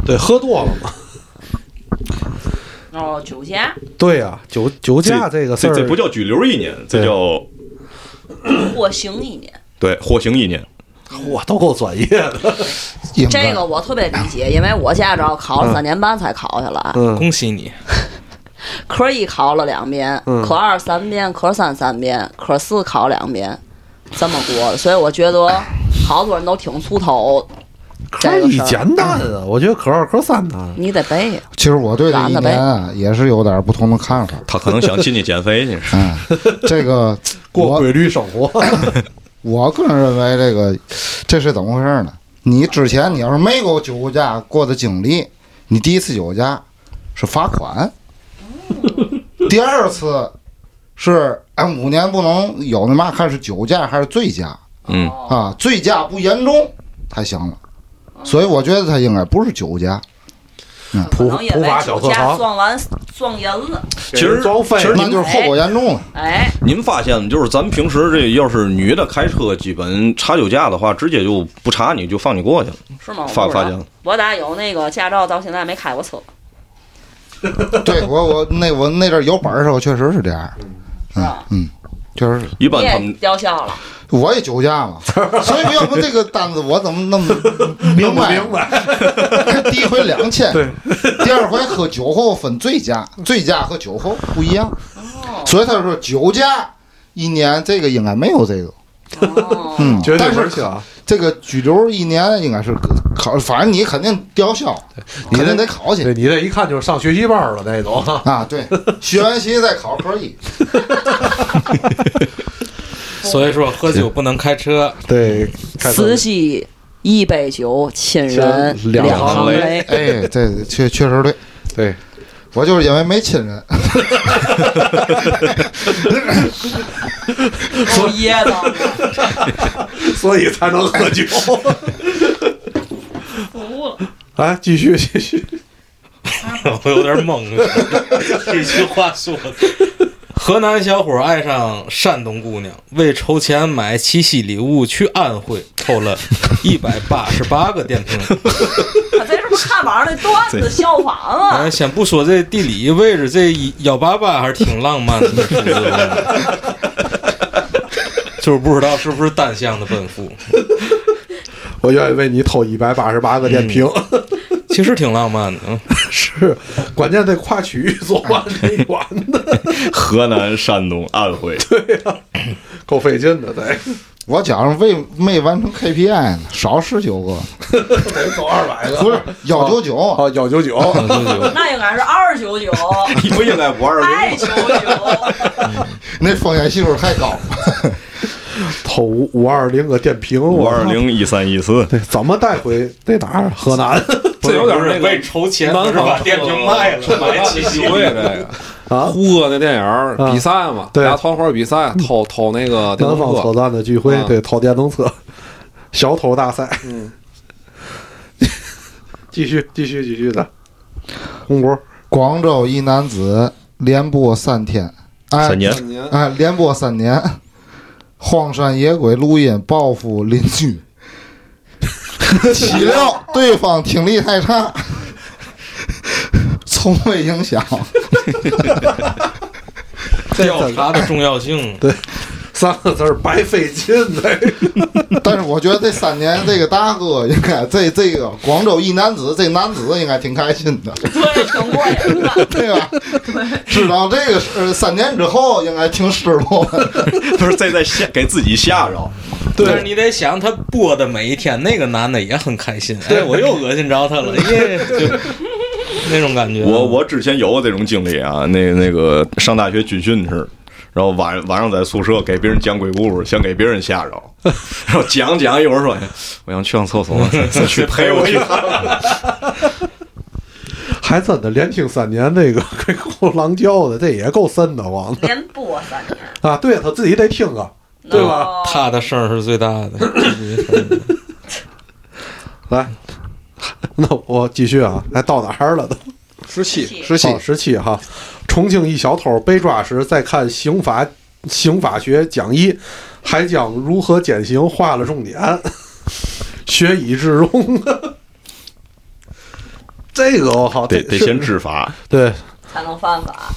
对，喝多了嘛？
哦，酒驾
对呀、酒酒驾这个事
这
儿，
这不叫拘留一年，这
对
叫
获刑一年，
对获刑一年。
哇，都够专业 的。
应该
这个我特别理解，因为我驾照考了三年半才考下来，
嗯
恭喜你，
科一考了两遍，科二三遍，科三三遍，科四考两遍，这么过的，所以我觉得好多人都挺粗头，
可
这个
以
事儿
简单啊，我觉得可二可三啊难。
你得背啊呀。
其实我对这一
懒得呗
年啊也是有点不同的看法。
他可能想进去减肥 去。
嗯，这个
过
我
规律生活，
我个人认为，这个这是怎么回事呢？你之前你要是没有酒驾过的经历，你第一次酒驾是罚 款，第二次是按五年不能有那嘛，看是酒驾还是醉驾
嗯，
啊？醉驾不严重才行了，所以我觉得他应该不是酒驾。
可
普
能因
普
为
法小
酒
课
驾
堂，
撞完撞人了，
其实
装废
其实
那就是后果严重了。
哎，
您发现吗就是咱平时这要是女的开车，基本查酒驾的话，直接就不查你就放你过去了。
是吗？我
发
哦不知道
发现了
我打有那个驾照到现在没开过车，
对我我那我那阵儿有本儿的时候确实是这样，
是吧？
确实是。
一
你
般他
也
们
吊销了，
我也酒驾嘛，所以要不这个单子我怎么那 么明白？明白。第一回两千， 第二回喝酒后分醉驾，醉驾和酒后不一样，所以他说酒驾一年这个应该没有这个，，
哦
嗯，
绝对
但
不
是
是啊！
这个拘留一年应该是考，反正你肯定吊销，
你
肯定
这
得考去
对你这一看就是上学习班儿了那种。
啊。对，学完习再考科一，
所以说喝酒不能开车，
对，
慈禧一杯酒，亲人
亲两
两
行
行
泪
泪。
哎，这确确实对。
对，
我就是因为没亲人，
熬夜呢，
所以才能喝酒。 来，哎继续继续，
我有点懵了。这句话说的，河南小伙爱上山东姑娘，为筹钱买七夕礼物去安徽，偷了一百八十八个电瓶。
我这是不是看网上那段子效仿啊
咱
了？
哎先不说这地理位置，这幺八八还是挺浪漫的数字的， 就是不知道是不是单向的奔赴，
我愿意为你偷一百八十八个电瓶。
其实挺浪漫的。嗯
是，关键得跨区域做完这一关的，
河南、山东、安徽，
够费劲的，得
我觉着未没完成 KPI 呢，少十九
哦
个，
得走二百个。
不是幺九九，
啊，幺九九，
那应该是二九九，
不应该不二
二九九。
那风险系数太高。
偷五五二零个电瓶，
五
我
二零一三一四，
对，怎么带回？得哪儿？河南。
这有点那个
为筹钱，
南
不
方
是把电瓶卖了，买七
机
夕
会这个
啊
胡歌那电影儿比赛嘛，
对
俩团伙比赛偷偷那个电
南
动
方
车
车，站的聚会
啊，
对，偷电动车，小偷大赛。
嗯，
继续，继续，继续的。红果，
广州一男子连播三天，哎，
三年
三年
哎，连播三年，荒山野鬼录音报复邻居，岂料对方听力太差， 从未影响。
调查的重要性。
三个字儿白费劲呗。
但是我觉得这三年这个大哥应该这这个广州一男子，这男子应该挺开心的，
对，挺过瘾的。
对吧？知道这个事儿三年之后应该挺失落的。
不是这在吓给自己吓着，
但是你得想，他播的每一天，那个男的也很开心。哎，我又恶心着他了，耶， 就那种感觉。
我我之前有过这种经历啊，那那个上大学军训时，然后晚晚上在宿舍给别人讲鬼故事，想给别人吓着， 然后讲讲一会儿说，哎我想去趟厕 所，再去陪我一趟。
还真的连听三年那个给够狼叫的，这也够瘆得慌的
连播三年，
啊！对他自己得听啊，对吧？
哦
他的声儿是最大的，
来， 那我继续啊，哎，到哪儿了 都？
十七
十
十七
好，十七哈，重庆一小偷被抓时，在看刑法刑法学讲义，还讲如何减刑，划了重点， 学以致用。这个我靠，
得
这
得
是
先知法，
对，
才能犯法。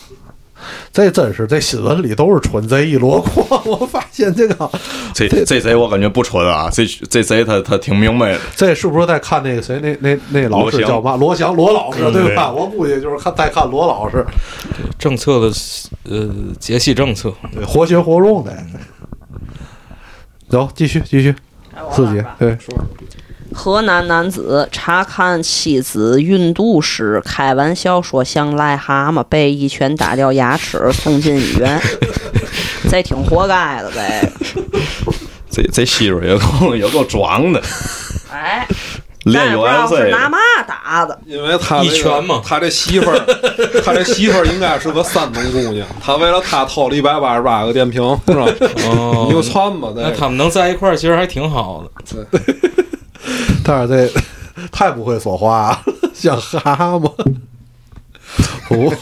这真是这新闻里都是蠢贼一箩筐。我发现这个，
这这贼我感觉不蠢啊，这这贼他他挺明白的。
这是不是在看那个谁？那那那老师
罗翔
叫嘛？罗翔，罗老师
嗯
对吧？
对
我估计就是看在看罗老师，
政策的呃节气政策。
对活学活用的。走，继续继续，
哎我
自己
玩吧
对
河南男子查看妻子孕肚时，开玩笑说像癞蛤蟆，被一拳打掉牙齿，送进医院。这挺活该的呗。
这这媳妇儿也够也够装的，
哎，
练
咱也
有
不知道
MC
是拿
的
嘛打的。
因为他这个
一拳嘛
他这 媳妇儿，他这媳妇儿应该是个山东姑娘，他为了他偷了一百八十八个电瓶，是吧？
哦
你就穿吧，
那
对，
他们能在一块儿，其实还挺好的。
但是这 太不会说话、 啊，像蛤蟆。不，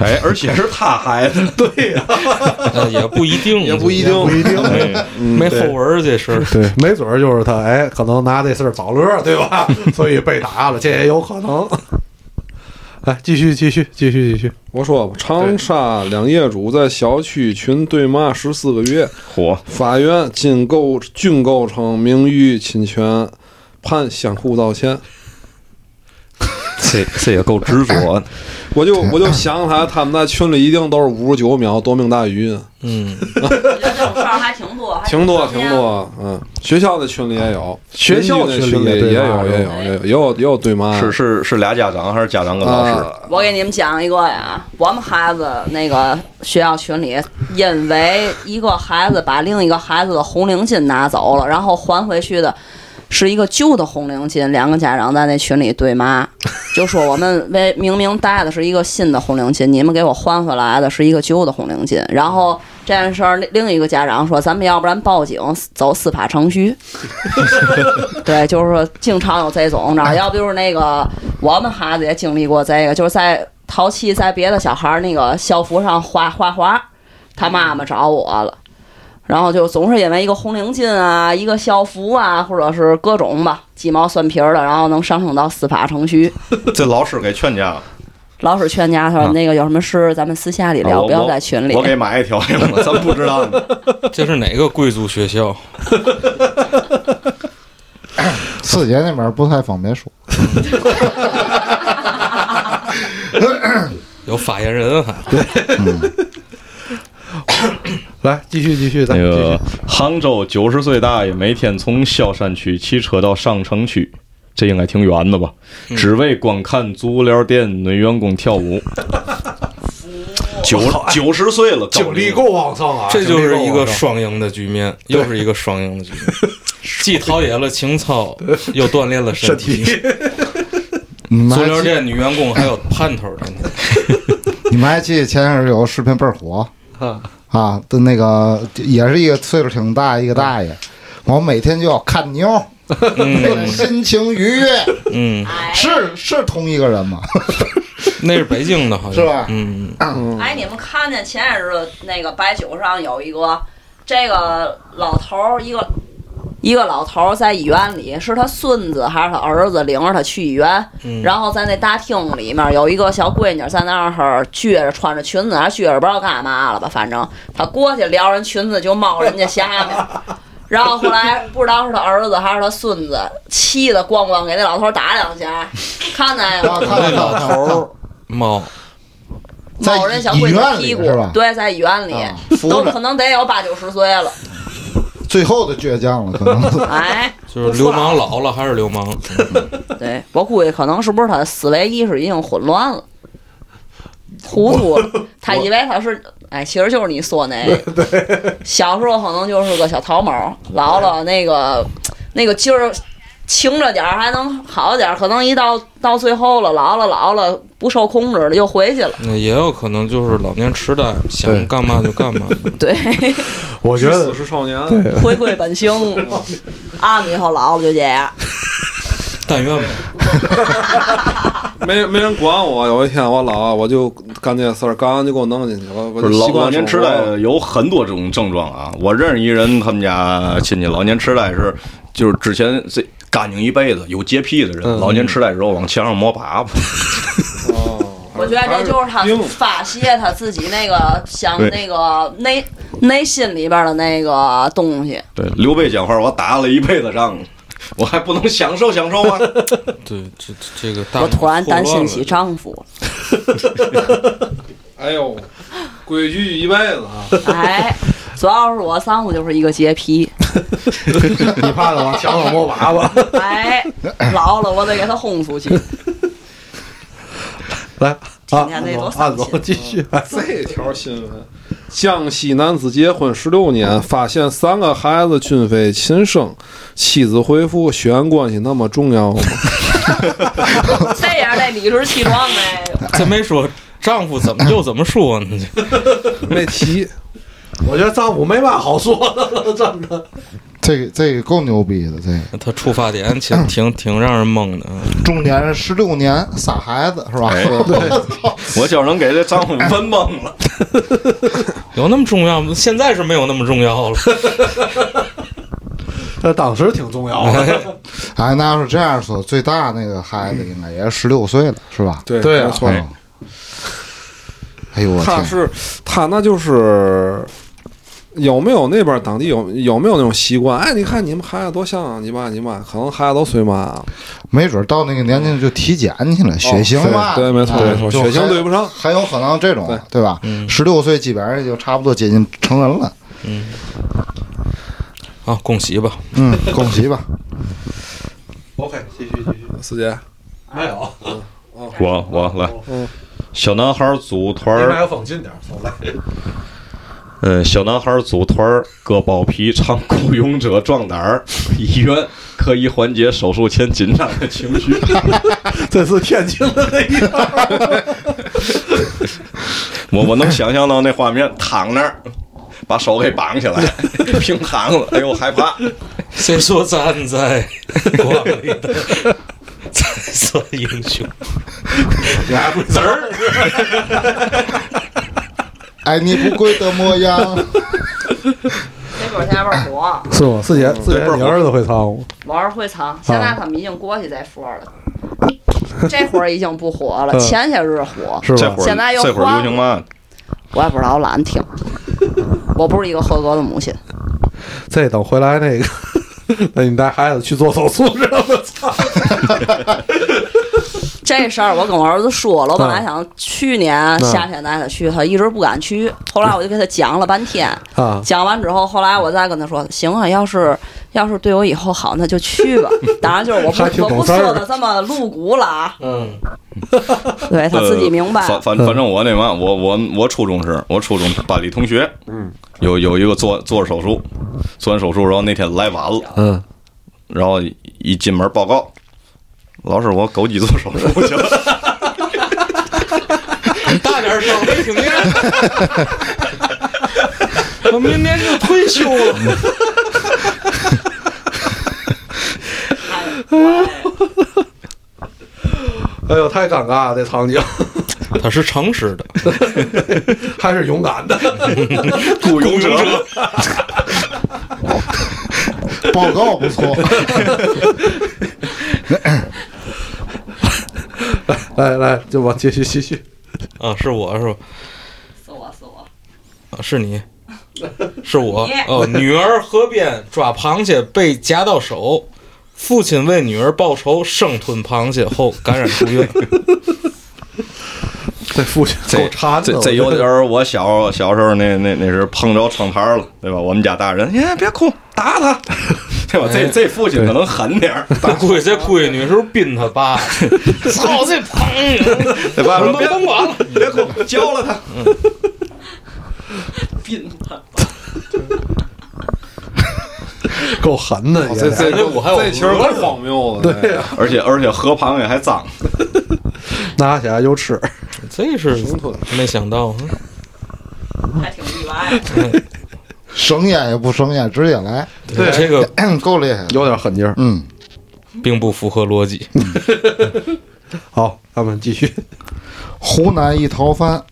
哎，而且 是他孩子，
对呀、
呃也不一定，
也不一定，
不一定。
哎
没后文儿这事儿。
对，没准儿就是他，哎，可能拿这事儿找乐儿，对 吧？所以被打了，这也有可能。来，继续，继续，继续，继续。
我说吧，长沙两业主在小区群对骂十四个月，
嚯，
法院经构均构成名誉侵权，判相互道歉。
这这也够执着的。
我就我就想起来，他们在群里一定都是五十九秒夺命大语音，
嗯，
我觉得这种事儿还挺多，还
挺多
常
挺
见。
多。嗯，学校的群里也有，
学校
的
群里
群里
也对
也有也
骂
有也有也有也有也有对骂。
是是是俩家长还是家长跟老师？
啊，
我给你们讲一个呀，我们孩子那个学校群里，因为一个孩子把另一个孩子的红领巾拿走了，然后还回去的是一个旧的红领巾，两个家长在那群里对骂，就说我们为明明带的是一个新的红领巾，你们给我换回来的是一个旧的红领巾。然后这件事儿，另一个家长说，咱们要不然报警走司法程序。对，就是说经常有这种，然后要不就是那个我们孩子也经历过这个，就是在淘气在别的小孩儿那个校服上画画花，他妈妈找我了，然后就总是因为一个红领巾啊，一个校服啊，或者是各种吧鸡毛蒜皮儿的，然后能上升到司法程序。
这老师给劝架了，
老师劝架说：“那个有什么事咱们私下里
啊
聊，
我
不要在群里。
我给买一条，咱不知道 呢。
这是哪个贵族学校？
四姐那边不太方便说。
有发言人还
来，继续，继续，咱
那
们继续。
个哎杭州九十岁大爷每天从萧山区骑车到上城区，这应该挺远的吧？只为观看足疗店女员工跳舞。 九九十岁了，
精力够旺盛啊！
这就是一个
精力够旺盛
双赢的局面，又是一个双赢的 局面，既陶冶了情操，又锻炼了身
身体。
你们
足
还
疗
记
店女员工还有盼头的呢。
你们还记得前阵儿有个视频倍儿火
啊
啊的那个，也是一个岁数挺大一个大
啊
爷，我每天就要看妞儿，那个心情愉悦，
嗯，
哎
是是同一个人吗？
那是北京的，好像
是吧
嗯，
哎，你们看见前些日子那个白酒上有一个这个老头儿，一个一个老头儿在医院里，是他孙子还是他儿子领着他去医院，
嗯
然后在那大厅里面有一个小闺女在那儿撅着，穿着裙子还是撅着不知道干嘛了吧，反正他过去撩人裙子就猫人家下面。 然后后来不知道是他儿子还是他孙子，气得咣咣给那老头儿打两下，看见没
啊，
有？
看看看看看，
猫，
在
某人小闺女屁股
医院里是吧
对，在医院里、
啊
都
扶着
可能得有八九十岁了。
最后的倔强了，可能
哎，
就是流氓老了还是流氓，
对我估计可能是不是他的思维意识已经混乱了，糊涂了，他以为他是。哎，其实就是你说那个，小时候可能就是个小桃毛，老了那个那个劲儿轻着点儿还能好点儿，可能一到到最后了，老了老了不受控制了又回去了。
那 也有可能就是老年痴呆，想干嘛就干嘛。
对，
我觉得
死是少年，
回归本性，按以后老了就这样。
但愿吧。
没没人管我。有一天我老，我就干这事儿，干完就给我弄进去了。我
不
就是
老
习惯
老年
生
痴
活
呆
了
有很多种症状啊，我认识一人，他们家亲戚老年痴呆是，就是之前这干净一辈子有洁癖的人，
嗯
老年痴呆之后往墙上抹粑粑，
哦
我觉得这就是他
还病
发泄他自己那个想
对
那个内内心里边的那个东西。
对，刘备讲话，我打了一辈子仗，我还不能享受享 受吗？
对，这这个大脑
我突然担心起
混
丈夫了，
哎呦，规矩一辈子啊！
哎，主要是我丈夫就是一个洁癖，
你怕他往墙上摸娃娃。
哎，老了我得给他轰出去。
来
今
啊
天那多，
按
伤
总
心
继续。哎
这条新闻：江西男子结婚十六年，发现三个孩子均非亲生，妻子回复：血缘关系那么重要吗？
这样得理直气壮呗。
乱了，这没说丈夫怎么又怎么说呢？
没提。
我觉得丈夫没嘛好说的了，真的。
这个这个够牛逼的，这个
他出发点其实挺挺让人懵的。啊
重点是十六年仨孩子是吧？对，
我就能给这丈夫问懵了。
有那么重要吗？现在是没有那么重要了。
但当时挺重 要的。
哎，那要是这样说，最大那个孩子应该也是十六岁了，是吧？
对
对啊
没错。
嗯哎呦我
他
天！
是他那就是有没有那边当地有有没有那种习惯？哎，你看你们孩子多像你爸你妈，可能孩子都随妈啊。
没准到那个年龄就体检去了，哎血型嘛，
哦对对没错
啊
没错
就
血型
很
对不上
很有可能这种
对，
对吧？十六岁基本上也就差不多接近成人了，
啊，恭喜吧！
嗯，恭喜吧。
OK，继续继续。
四姐，
没有，
我我来，小男孩组团
离麦
儿，
克风近点儿，走来。
嗯，小男孩组团儿割包皮唱《孤勇者壮胆儿》， 医院可以缓解手术前紧张的情绪。
这是天津的那一套。
我我能想象到那画面，躺那儿。把手给绑起来， 平躺了，哎呦害怕！
谁说站在光里的才算英雄？
滋儿，
爱哎你不跪的模样，
那会儿现在玩火，
是吗？四姐，四姐，你儿子会唱吗？
玩会藏，现在他们已经过去这说了。这会儿已经不火了，
嗯
前些日子火，
是
这
吧？
会
现在
儿
又
这会儿流行嘛？
我也不知道，我懒得听。我不是一个合格的母亲。
这等回来那个， 那你带孩子去做手术是 吧？
这事儿我跟我儿子说
嗯
了，我本来想去年夏天带他去，他一直不敢去。
嗯
后来我就给他讲了半天，
啊，
讲完之后，后来我再跟他说，行啊，要是要是对我以后好，那就去 吧。当然就是我
还
不
挺
我
懂
不
事儿
说的这么露骨了啊，
嗯，
对他自己明白
呃。反
嗯
反反正我那嘛，我我我初中是，我初中班里同学，嗯，有有一个做做手术，做完手术，然后那天来晚了，
嗯，
然后一进门报告，老师，我狗脊做手术 去了。
你大点声，没听见？我明年就退休了。
哎呦，太尴尬了，这场景
他是诚实的，
还是勇敢的。
雇佣者。
报告不错，
来来，就往继续继续。
啊，是我是吧？
是我是我，
啊是 你，是我。哦，女儿河边抓螃蟹被夹到手，父亲为女儿报仇，生吞螃蟹后感染住 院。
这父亲够
这
馋的，
这这有点儿我小小时候那那那是碰着窗台儿了，对吧？我们家大人，哎，别哭，打他， 对吧？
哎
这这父亲可能狠点儿，
我估计这闺女是不是bindt 他爸？操这朋友，
对吧？
甭
别
甭管了，
别哭，教了他。
病了。
够狠的，
这
也
这
得
这
我还有
这其实
鹅
太荒谬了。
对呀，
而且而且河螃蟹还脏，
拿起来就吃。
这是没想到。嗯
还挺意外。
省烟也不省烟，直接来，
对，这个
够厉害的。
有点狠劲儿。
嗯，
并不符合逻辑。
好，咱们继续。
湖南一逃犯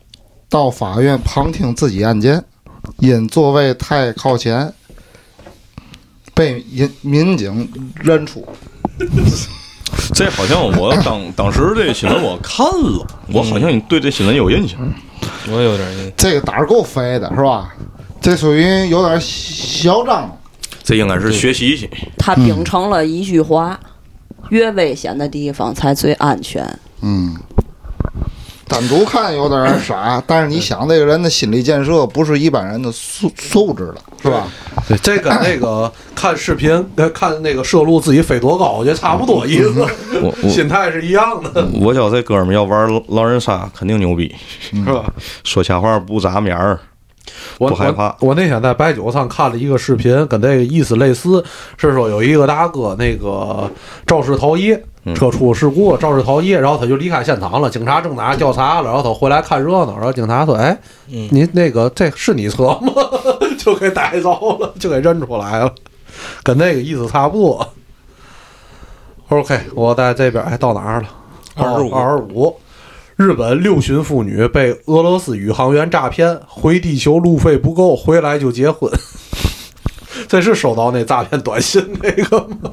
到法院旁听自己案件，因座位太靠前，被民民警认出。
这好像我 当当时这新闻我看了，我好像对这新闻有印象。
我有点意
这个胆儿够肥的，是吧？这属于有点嚣张。
这应该是学习去，
他秉承了一句话：越危险的地方才最安全。
嗯，单独看有点傻，但是你想，这个人的心理建设不是一般人的素素质了，是吧？
对，这跟那个看视频、呃看那个摄录自己飞多高，我觉得差不多意
嗯
思，
我我
心态是一样的，
我觉得这哥们儿要玩狼人杀肯定牛逼，
是吧？
说瞎话不眨眼儿。
我
不害怕
我。我那天在白酒上看了一个视频，跟这个意思类似，是说有一个大哥那个肇事逃逸，
嗯
车出事故，肇事逃逸，然后他就离开现场了，警察正拿调查了，然后他回来看热闹，然后警察说：“哎，
嗯
你那个这是你车吗？” 就给逮着了，就给认出来了，跟那个意思差不多。OK，我在这边哎，到哪儿了？
25
二十五。日本六旬妇女被俄罗斯宇航员诈骗，回地球路费不够，回来就结婚。 这是收到那诈骗短信那个吗？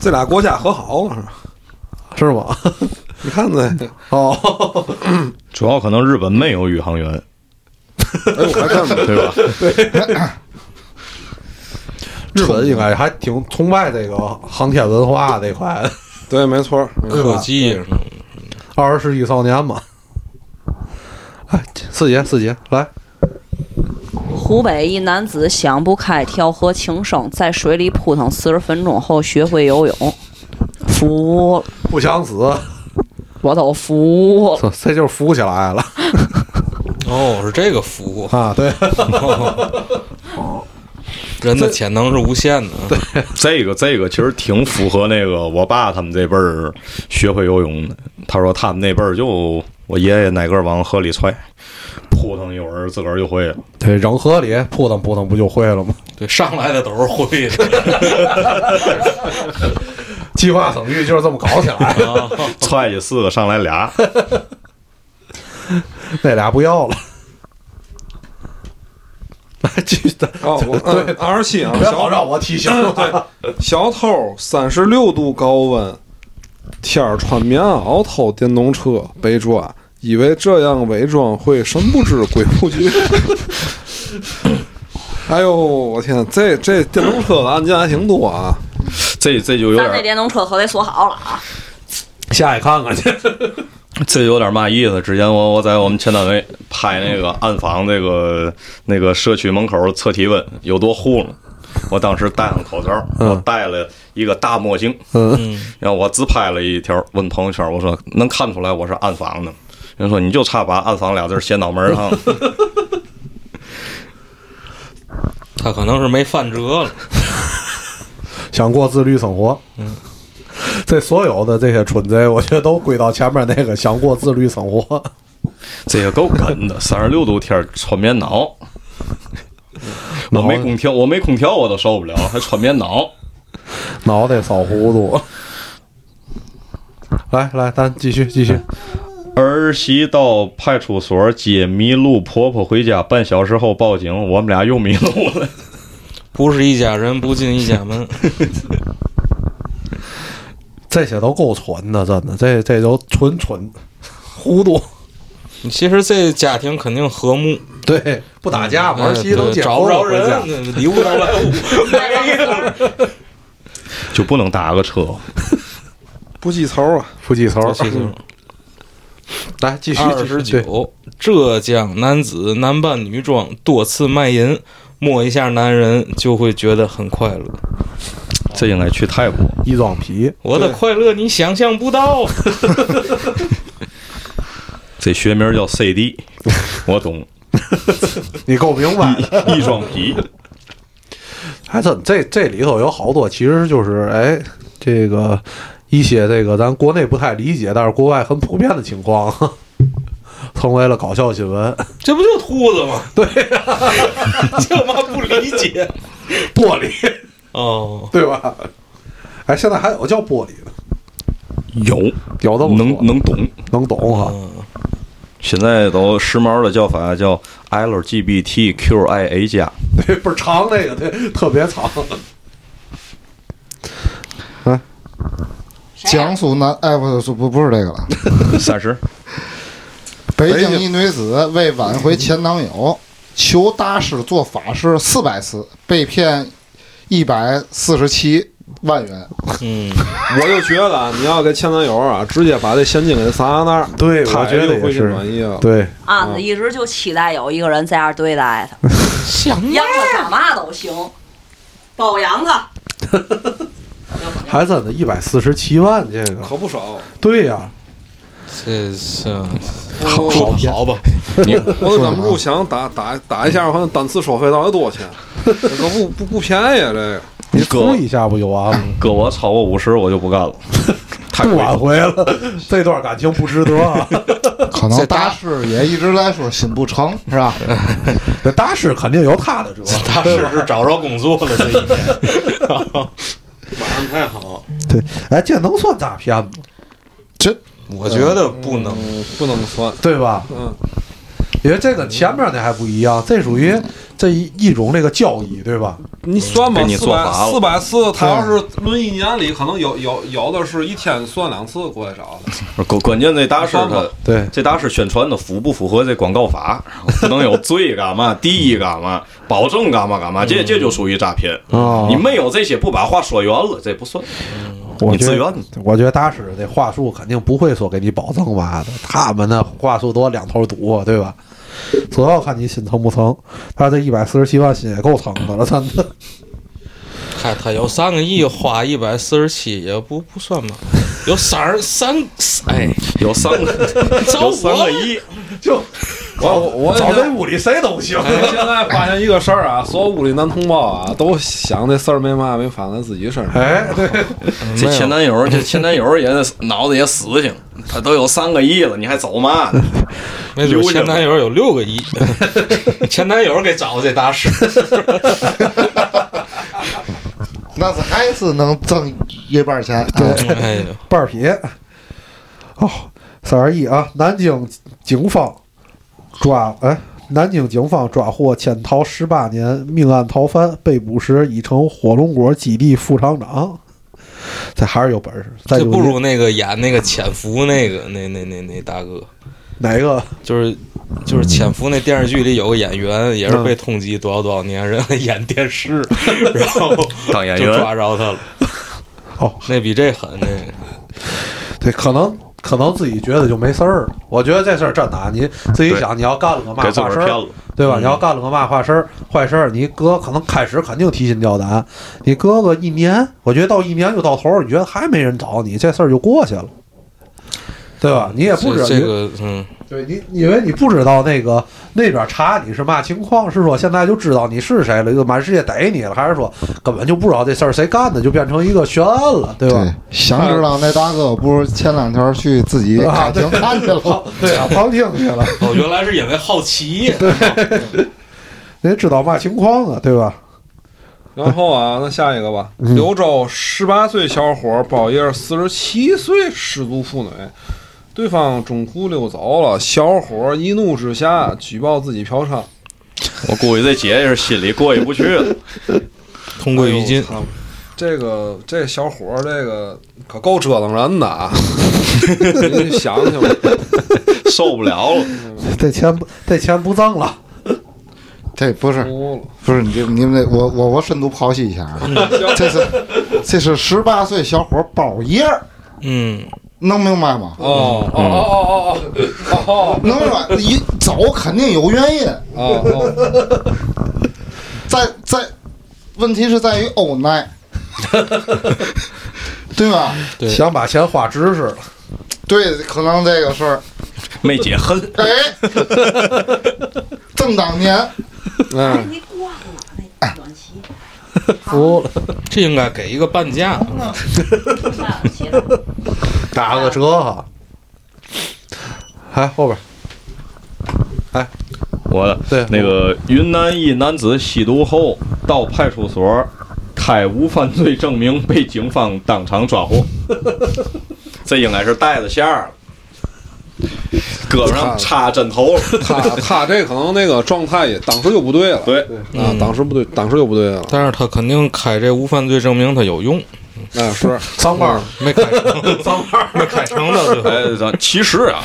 这俩国家和好了，是吧
是吗？
你看这，
哦，
主要可能日本没有宇航员，
哎，我还看
对吧？
日本应该还挺崇拜这个航天文化这块的。
对，没错儿，
思。科技，
二十世纪少年嘛。哎，四姐，四姐，来，
湖北一男子想不开跳河轻生，在水里扑腾四十分钟后学会游泳，服了，
不想死，
我都服了。
这这就是扶起来了
哦，是这个服务，
啊！对，
人的潜能是无限的。对，
这个这个其实挺符合那个我爸他们这辈儿学会游泳的。他说他们那辈儿就我爷爷哪个往河里踹，扑腾一会儿自个儿就会了。
对，扔河里扑腾扑腾不就会了吗？
上来的都是会的。
计划生育就是这么搞起来
啊
的，
踹下四个上来俩，
那俩不要了。来，继续的，
哦，我
对
嗯，二十七啊，
别
小
老让我提醒
嗯
了。
小偷三十六度高温，天儿穿棉袄偷电动车被抓，以为这样伪装会神不知鬼不觉。 哎呦，我天，这这电动车的案件还挺多啊！
这这就有
咱这
点
电动车可得锁好了啊！
下去看看去。
这有点嘛意思。之前我我在我们前单位拍那个暗访这个那个社区门口测体温有多糊弄，我当时戴上口罩，我戴了一个大墨镜。
嗯，
然后我只拍了一条，问朋友圈，我说能看出来我是暗访的吗。人说你就差把“暗访”俩字儿写脑门儿上了，
他可能是没翻辙了。
想过自律生活。嗯， 这所有的这些蠢贼，我觉得都归到前面那个想过自律生 活。
这也够梗的，三十六度天儿穿棉袄，我
啊
没空调，我没空调我都受不了，还穿棉袄。
脑袋烧糊涂。来来，咱继续继
嗯
续。
儿媳到派出所接迷路婆婆回家，半小时后报警，我们俩又迷路了。
不是一家人，不进一家门。
这些都够蠢的，真的，这这都纯 蠢糊涂。
其实这家庭肯定和睦，
对，不打架嘛，儿媳
嗯
都
对
结
找不
婚了
着人
回家，
礼物都来了。
就不能打个车？
不记仇啊，
不记仇。
这就是
嗯来继续
二
继
十
续。对
九，浙江男子男扮女装多次卖淫，摸一下男人就会觉得很快乐。
这应该去泰国。
一装皮，
我的快乐你想象不到。
这学名叫 CD，我 懂，
你够明白 的。
易装皮。
还真哎这这里头有好多，其实就是哎，这个一些这个咱国内不太理解，但是国外很普遍的情况，呵呵成为了搞笑新闻。
这不就兔子吗？对呀、这我妈不理解。
玻璃，
哦，
对吧？哎，现在还有叫玻璃的，
有
有的
能能懂。
能懂哈、
现在都时髦的叫法叫 LGBTQIA 加。
对，倍儿长那个，对，特别长。
江苏南，哎，不是不不是这个了。
三十，
北京一女子为挽回前男友，求大师做法事四百次，被骗一百四十七万元。
嗯，
我就觉得啊你要给前男友啊，直接把这现金给撒那儿，
对，
他
我觉得
就
也
会心啊
是
满意了。
对，
案
嗯
子一直就期待有一个人这样对待他，
想
养他干嘛都行，包养他。
还真的，一百四十七万这个，
可不少，
对呀、
这是
好好好吧，
我都忍不住想打打打一下，好像单次收费到底多少钱？ 这可不不不便宜啊，这个
你哭一下不就完 了？
搁我超过五十我就不干了，太
不
贵
挽
了。
回了，这段感情不值得、啊。
可能大师也一直在说心不诚，是吧？
这大师肯定有他 的辙，
他是不是找着工作了？这一 年，
安排好，
对，哎，这能算诈骗吗？
我觉得不能。
嗯，不能算。
对吧？
嗯，
因为这跟前面那还不一样，这属于这一一种那个交易，对吧？
嗯
你算吧
给，你
四
做
百
法了
四百四，他要是论一年里，可能有有有的是一天算两次过来找的。
关关键这大师
帮
他
吧
对
这大师宣传的符不符合这广 告法？不能有罪干嘛？第一干嘛？保证干嘛干嘛？
嗯
这这就属于诈骗。
哦
你没有这些，不把话说圆了，这不算。
我觉
自
得
愿，
我觉得大师那话术肯定不会说给你保证吧的，他们那话术多两头堵啊，对吧？主要看你心诚不诚。他这一百四十七万心也够诚的了，真的。
嗨，他有三个亿，花一百四十七也不不算吧？有三儿三， 哎，
有三 个，
找
有三
我
个亿，
就
我我
找这屋里谁都行。
哎现在发现一个事儿啊，所有屋里男同胞啊，都想这事儿没嘛没发在自己身上。
哎，对，
这前男 友，这前男友也脑子也死性，他都有三个亿了，你还 走嘛？
没准前男友有六个亿，前男友给找这大师，
那是还是能挣一半钱。对，
哎呦，
半儿撇。哦，三二一啊！南京警方抓哎，南京警方抓获潜逃十八年命案逃犯，被捕时已成火龙果基地副厂长。这还是有本事，再
这
就
不如那个演那个潜伏那个那那那那大哥，
哪个？
就是就是潜伏那电视剧里有个演员也是被通缉多少多少年，人家演电 视，然后
当演
就抓
员，
着他了。
哦，
那比这狠，那个
对，可能可能自己觉得就没事儿了。我觉得这事儿真的啊，你自己想，你要干了个嘛
给
坏
自个儿
事
骗
儿
了，。
对
嗯
吧？你要干了个嘛坏事儿，坏事儿，你哥可能开始肯定提心吊胆，你搁个一年，我觉得到一年就到头儿，你觉得还没人找你，这事儿就过去了，对吧？你也不
这
忍，
这个嗯，
对你，因为你不知道那个那边查你是嘛情况，是说现在就知道你是谁了，就满世界逮你了，还是说根本就不知道这事儿谁干的，就变成一个悬案了，对吧？
对，想知道那大哥，不如前两天去自己
啊
开庭看去了。
对啊，旁听去了，
哦，原来是因为好奇。
你得知道嘛情况啊，对吧？
然后啊，那下一个吧。柳州十八岁小伙包夜四十七岁失足妇女，对方中途溜走了，小伙一怒之下举报自己嫖娼。
我估计这姐姐是心里过意不去了。
同归于尽
哎呦。我操这个这小伙儿，这个可够折腾人的啊！你想想吧，
受不了了。
这钱不这钱不挣了，
这不是
哭了。
不是你这你们得我我我深度剖析一下啊，这是这是十八岁小伙包夜儿，
嗯，
能明白吗？
哦哦哦哦哦
能明白？一走肯定有原因，
哦哦哦！
在在，问题是在于欧奈， 对吧？
对
想把钱花值是了，
对，可能这个事儿，
梅姐恨，
哎， 正当年，
哎
嗯，
你逛了那短期，
服了，
这应该给一个半价。
下个期了
打个折哈。还后边
我的
对
那个云南一男子吸毒后到派出所开无犯罪证明，被警方当场抓 获。这应该是带子馅儿了，胳膊上插针头了。
他他这可能那个状态也当时就不对了，
对，
啊，
嗯
当时不对，当时就不对了，
但是他肯定开这无犯罪证明，他有用，
哎是，
脏包儿
没开成，没开成的对。
哎，咱其实啊，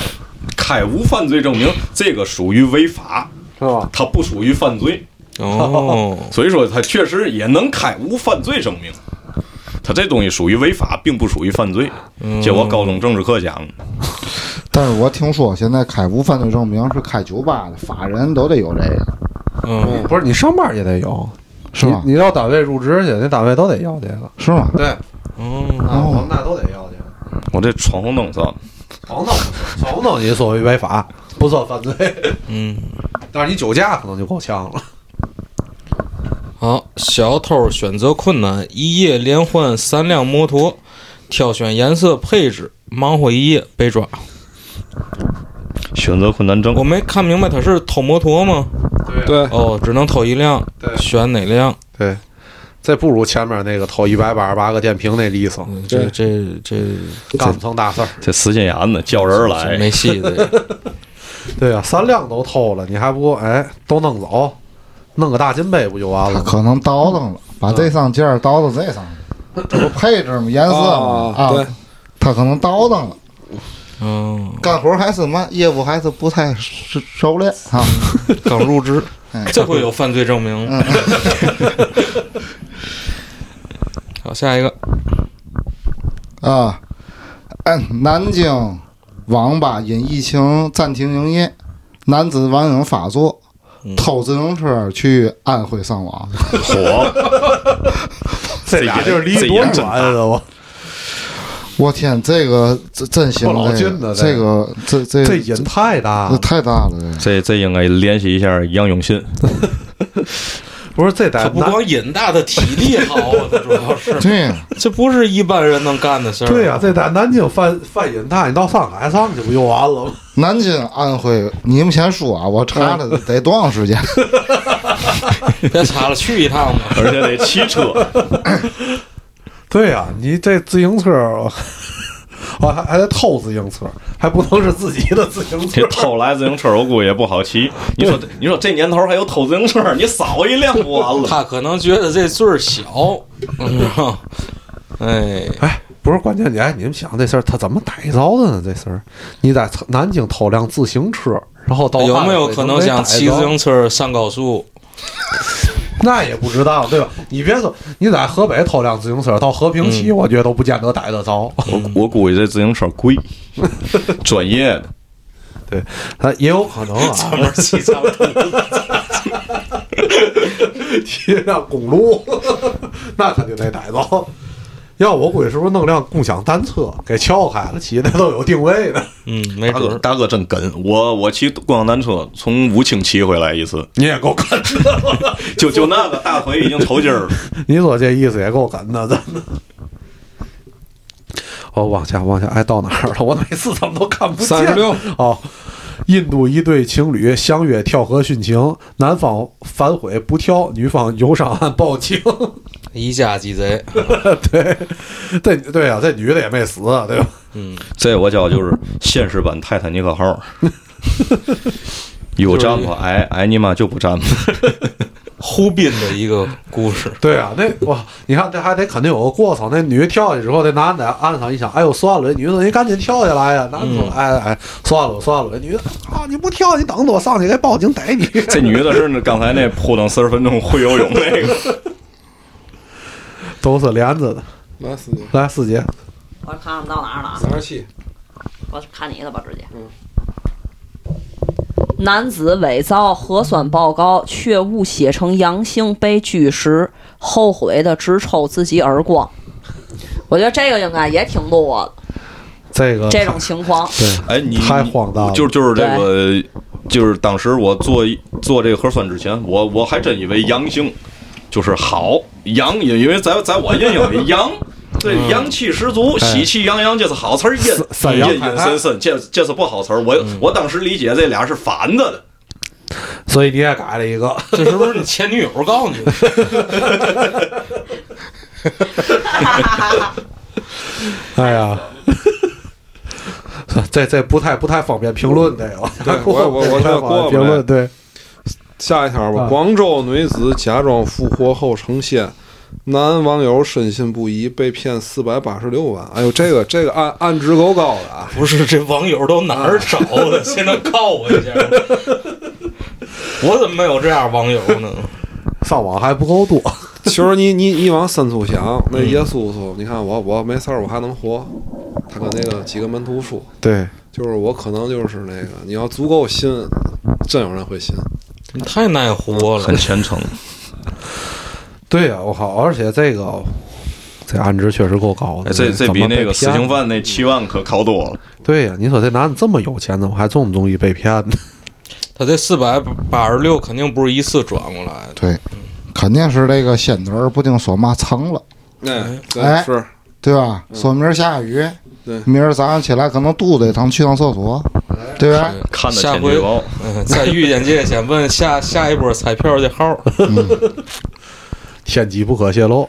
开无犯罪证明这个属于违法，
是吧？
它不属于犯罪，
哦，
所以说它确实也能开无犯罪证明。它这东西属于违法，并不属于犯罪。
嗯
结果高中政治课讲，
但是我听说现在开无犯罪证明是开酒吧的，法人都得有这个，
嗯，
不是你上班也得有，啊
是吗
你你到单位入职去，那单位都得要这个。
是吗？
对，
嗯
哦，
啊，我们那都得要这个。
我这闯红灯算了。
闯灯闯灯你所谓违法，不算犯罪。
嗯，
但是你酒驾可能就够呛了。
好，小偷选择困难，一夜连换三辆摩托，挑选颜色配置，忙活一夜被抓。
选择困难症
我没看明白他是偷摩托吗？
对，啊
哦，只能偷一辆，
对
选哪辆？
对，这不如前面那个偷一百八十八个电瓶那利索，
嗯这这这
干不成大事儿。
这死心眼子叫人来，
没戏的。
对啊，三辆都偷了，你还不哎都弄走，弄个大金杯不就完
他
了吗？
可能倒腾了，把这上件儿倒腾这上，这不配置吗？颜色吗？
哦
啊，
对
他可能倒腾了，
嗯，
干活还是嘛，业务还是不太熟熟练啊。
刚入职
哎，
这回有犯罪证明。
嗯
好，下一个，
啊，嗯，南京网吧因疫情暂停营业，男子网瘾发作，
嗯
偷自行车去安徽上网，
火
这俩地儿离多远啊？我
我天，这个这真行
不老，
这
近
个
呢
这个这这
这瘾太大
这
了，
太大了，这个
这这应该联系一下杨永 信，
不是这在
他不
南
光瘾大，他体力好啊，他主要是
对，
这不是一般人能干的事儿。
对啊呀、这在南京犯犯瘾大，你到上海上去不就完了吗？
南京、安徽，你们先说啊，我查了得多长时间？
别查了，去一趟吧。
而且得骑车。
对呀、你这自行车， 我还还得偷自行车，还不能是自己的自行车
这。偷来自行车，我估计也不好骑。你说，你说这年头还有偷自行车，你少一辆不完了？
他可能觉得这岁儿小，你知道？哎，
哎，不是关键，你哎，你们想这事儿他怎么逮着的呢？这事儿，你在南京偷辆自行车，然后到
有
安
没
徽
有可能想骑自
能逮
行
着？
车上高速？
那也不知道，对吧？你别说，你在河北偷辆自行车到和
嗯
平骑，我觉得都不见得逮得着。
哦
我我估计这自行车贵，专业的。
对，他也有可能 啊，
专门骑长途，
骑辆公路，那肯定得逮着。要我估计是不是弄辆共享单车给撬开了，骑的都有定位的。
嗯，没
大
准
哥，
儿。
大哥真跟我，我骑共享单车从武清骑回来一次，
你也够跟的，
就就那个大腿已经抽筋儿了。
你说这意思也够跟的，真的。哦，往下往下，哎，到哪儿了？我每次怎么都看不见。
36
哦，印度一对情侣相约跳河殉情，男方反悔不跳，女方有伤案 报警。
一家鸡贼，
对，这对啊，这女的也没死，对吧？
这我叫就是现实版泰坦尼克 号，有站过，哎哎你妈就不站吧。
呼宾的一个故事。
对啊，那哇，你看这还得肯定有个过程。那女跳下去之后，那男的岸上一想，哎呦算了，这女的说你赶紧跳下来呀、男
嗯
的说，哎哎算了算了，这女的啊你不跳，你等着我上去给报警逮你。
这女的是那刚才那扑腾四十分钟会游泳那个，
都是连着的。
来四
来，四姐，
我看看到哪儿了啊？
三十七，
我看你的吧，直接。
嗯
男子伪造核酸报告，却误写成阳性被拘时，后悔的直抽自己耳光。我觉得这个应该也挺多的，
这个
这种情 况。
哎你
太荒诞了
就就是这个，就是当时我做做这个核酸之前，我我还真以为阳性就是好阳，因因为在在我印象里 阳。对，
嗯
阳气十
哎
足，喜气洋洋，这是好词儿；
三
阴
阳
阴阴森森，这这是不好词儿。我
嗯
我当时理解这俩是反着的，
所以你也改了一个，
这是不是你前女友告诉你的？
哎呀。 这这不太不太方便评论这个，
对我我我
不太方便评论对，
下一条吧。
啊
广州女子假装复活后成仙，男网友深信不疑，被骗四百八十六万。哎呦，这个这个案案值够高的啊！
不是，这网友都哪儿找的？谁能告我一下？我怎么没有这样网友呢？
上网还不够 多，
其实你你你往深处想，那
嗯
耶稣说：“你看我我没事儿，我还能活。”他跟那个几个门徒说
对，：“
就是我可能就是那个，你要足够信，真有人会信。
你太耐活了
很，虔诚。
对呀、我靠！而且这个这案值确实够高的，
哎，这这
怎
比
么被
那个死
骗
刑犯那七万可高多了。
对呀、你说这男的这么有钱，怎么还这么容易被骗呢？
他这四百八十六肯定不是一次转过来的。
对，肯定是这个仙女儿不定说嘛藏了，”
哎，对
哎
是
对吧？说明儿下雨，
对，
明儿早上起来可能肚子疼，去趟厕所，对吧？
看的
下
钱
回
就高，
嗯，在遇见界先问下下一波彩票的号。
天机不可泄露，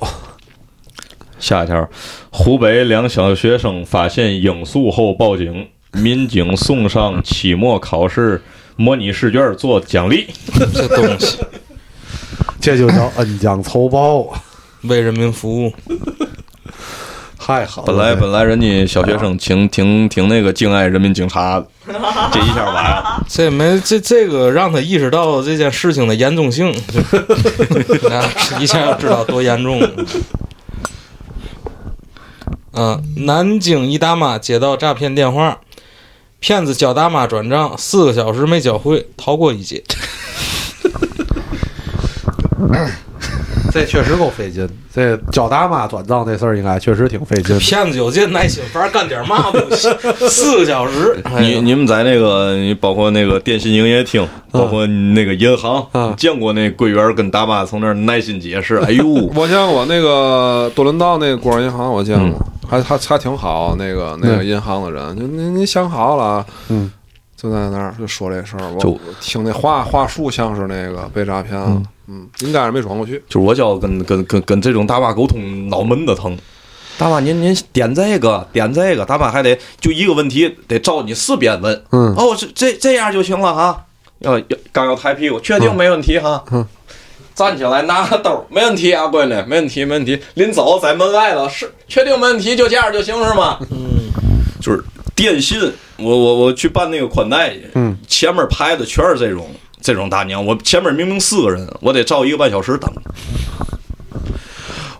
下一条，湖北两小学生发现罂粟后报警，民警送上期末考试模拟试卷做奖励。
这东西
这就叫恩将仇报啊！
为人民服务，
太好了，
本来
这
本来人家小学生挺挺挺那个敬爱人民警察的，哎 这一下完了。
这没这这个让他意识到这件事情的严重性，那一下就知道多严重了。嗯、南京一大妈接到诈骗电话，骗子教大妈转账，四个小时没教会，逃过一劫。
这确实够费劲。这教大妈转账这事儿应该确实挺费劲的。
骗子有这耐心，反正干点嘛不行？四个小时，哎
你
呀
你们在那个你包括那个电信营业厅，包括那个银行，
嗯
见过那柜员跟大妈从那儿耐心解释。哎呦
我见过那个多伦道那个工商银行，我见
嗯
过，还还还挺好。那个那个银行的人，就你你想好了啊，
嗯，
就在那儿就说这事儿。我
就
我听那话话术像是那个被诈骗了，嗯，应该是没转过去。
就是我叫跟跟跟跟这种大妈沟通，脑门子疼。大妈，您您点这个点这个，大妈还得就一个问题得照你四遍问。
嗯
哦，这这这样就行了哈。要要刚要抬屁股，确定没问题哈。
嗯
站起来拿个兜，没问题啊，闺女，没问题没问题。临走在门外了，是确定没问题，就这样就行是吗？嗯，就是电信，我我我去办那个宽带去，
嗯，
前面排的全是这种这种大娘，我前面明明四个人，我得照一个半小时等。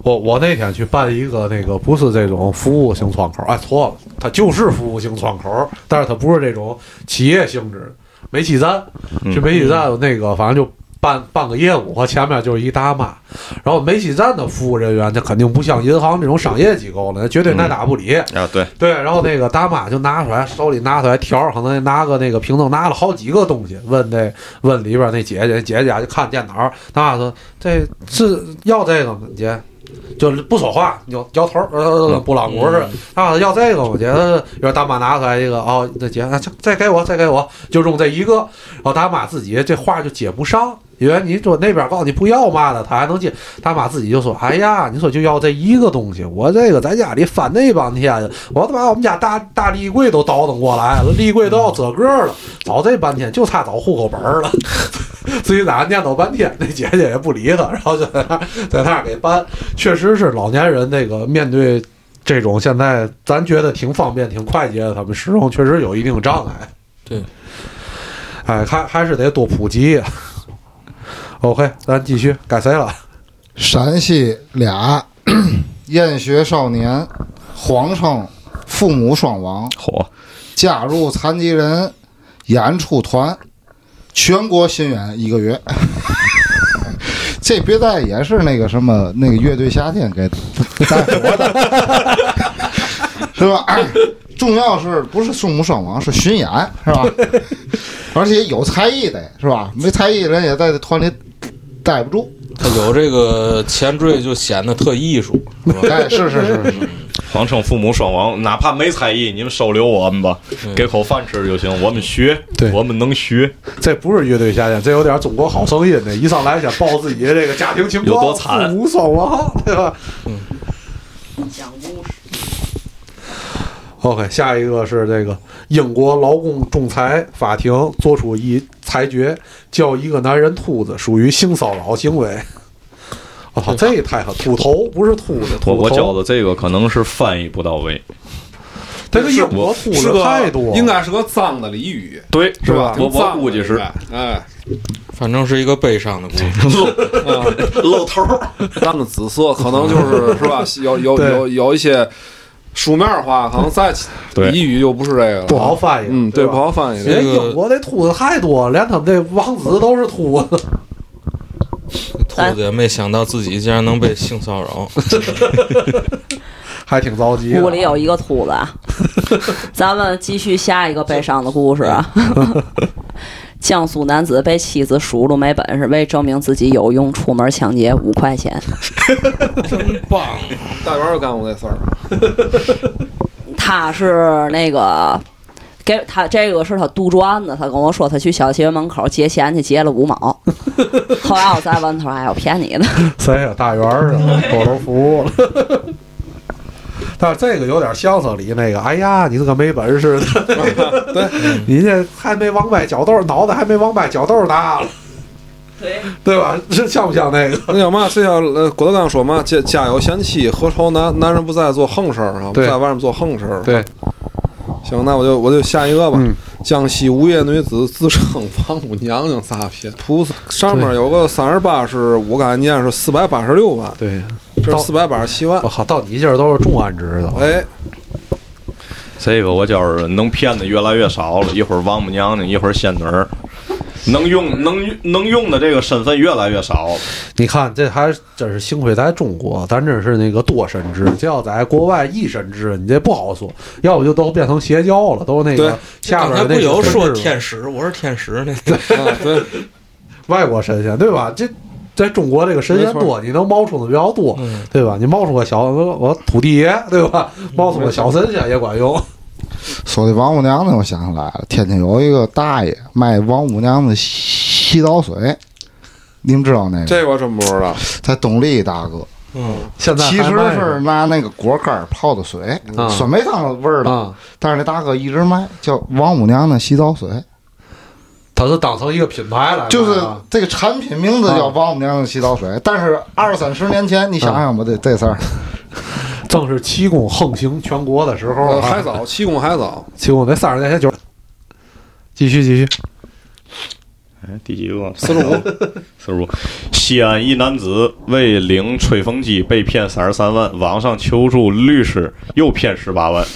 我我那天去办一个那个不是这种服务型窗口，哎，错了，它就是服务型窗口，但是它不是这种企业性质。煤气站去煤气站那个，反正就办办个业务，和前面就是一大妈。然后煤气站的服务人员，他肯定不像银行这种商业机构了，那绝对爱答不理。
啊，对，
对，然后那个大妈就拿出来，手里拿出来条儿，可能拿个那个瓶子，拿了好几个东西，问那问里边那姐姐，姐姐家就看电脑儿，大妈说这是要这个吗？姐就是不说话，摇摇头儿，呃，拨浪鼓似的。大妈说要这个吗？姐，呃然后大妈拿出来一个，哦，那姐，啊这再给我，再给我，就用这一个。然后大妈自己这话就接不上。因为你说那边告诉你不要嘛的，他还能接。大妈自己就说：“哎呀，你说就要这一个东西，我这个在家里翻那半天，我他妈把我们家大大立柜都倒腾过来了，立柜都要折个了，找这半天就差找户口本儿了。”自己在那念叨半天，那姐姐也不理他，然后就 在那儿在那儿给搬。确实是老年人那个面对这种现在咱觉得挺方便、挺快捷的，他们使用确实有一定障碍。
对，
哎，还还是得多普及呀。OK，咱继续，该谁了？
陕西俩 厌学少年谎称父母双亡，
嚯，
加入残疾人演出团，全国巡演一个月。 这别带也是那个什么那个乐队夏天给 带火的， 是吧？哎重要是不是父母双亡是巡演是吧？ 而且有才艺得是吧？没才艺人也在这团里待不住。
他有这个前缀就显得特艺术，是吧？
哎，是是是是，
谎称父母双亡，哪怕没才艺，你们收留我们吧， 给口饭吃就行。我们学，
对
我们能学，
这不是乐队夏天，这有点中国好声音的，一上来先报自己的这个家庭情况，
有多惨
父母双亡，对吧
嗯
讲故事，
？OK，下一个是这个英国劳工仲裁法庭作出一裁决，叫一个男人秃子属于性骚扰行为。我、
嗯
操，这太狠！秃头不是秃子，秃头
我我觉得这个可能是翻译不到位，
这个英国秃
是
子
个
太多，
应该是个脏的俚语，
对，
是吧？
我我
脏的
估计是
应该哎，
反正是一个悲伤的故事。
露头 儿。
脏的紫色可 能就是是吧？有有
对
有有一些书面话，可能再
对
俚语就不是这个了，
不好翻译，
嗯，对，
对吧啊
不好翻译
这
的。
人
个
英国这秃子太多，连他们这王子都是秃子。
兔子也没想到自己竟然能被性骚扰，
还挺着急的。
屋里有一个秃子啊，咱们继续下一个悲伤的故事啊。江苏男子被妻子数落没本事，为证明自己有用，出门抢劫五块钱。
真棒！
大元儿干过这事儿，
他是那个给他这个是他杜撰的，他跟我说他去小学门口劫钱去，劫了五毛。后来我再问他，哎，我骗你的。
谁呀？大圆儿啊，口头服务了。但是这个有点相声里那个，哎呀，你这个没本事的，对，你这还没王八脚豆，脑袋还没王八脚豆大了，
对，
对吧？这像不像那个？
那叫嘛？这叫呃，郭德纲说嘛，家家有贤妻，何愁男男人不在做横事儿啊？不
对
在外面做横事儿。
对，
行，那我就我就下一个吧。
嗯
江西无业女子自称王母娘娘诈骗，菩萨上面有个三十八是，我刚才念是四百八十六万，
对，
这
到哦
是四百八十七万
我。靠，到你这儿都是重案值的，
哎，
这个我觉着能骗的越来越少了，一会儿王母娘娘，一会儿仙女儿，能用能能用的这个身份越来越少了。
你看这还真是幸亏在中国，咱真是那个多神制，这要在国外一神制，你这不好说，要不就都变成邪教了，都是那
对
个下
刚才
边儿
不
那
有
个
说
神制了
天使，我是天使那
啊对，
外国神仙，对吧？这在中国这个神仙多，你能冒充的比较多，
嗯
对吧？你冒充个小我我土地爷，对吧？冒充个小神仙也管用。
说的王母娘娘，我想起来了，天津有一个大爷卖王母娘娘洗澡水，你们知道那个？
这个我真不知
啊
道。
在东丽大哥，
嗯，
现在
其
还
实
卖
是拿那个果干儿泡的水，
嗯
啊
酸梅汤味儿的，
啊，
但是那大哥一直卖，叫王母娘娘洗澡水，
他是当成一个品牌来卖的啊，
就是这个产品名字叫王母娘娘洗澡水，但是二三十年前，你想想吧，这这事儿，
正是气功横行全国的时候
呃，
啊，
还早，气功 还早。
气功在三十年前就是。继续继续，
哎，第几个？四十五， 四十五。西安一男子为领吹风机被骗三十三万，网上求助律师又骗十八 万。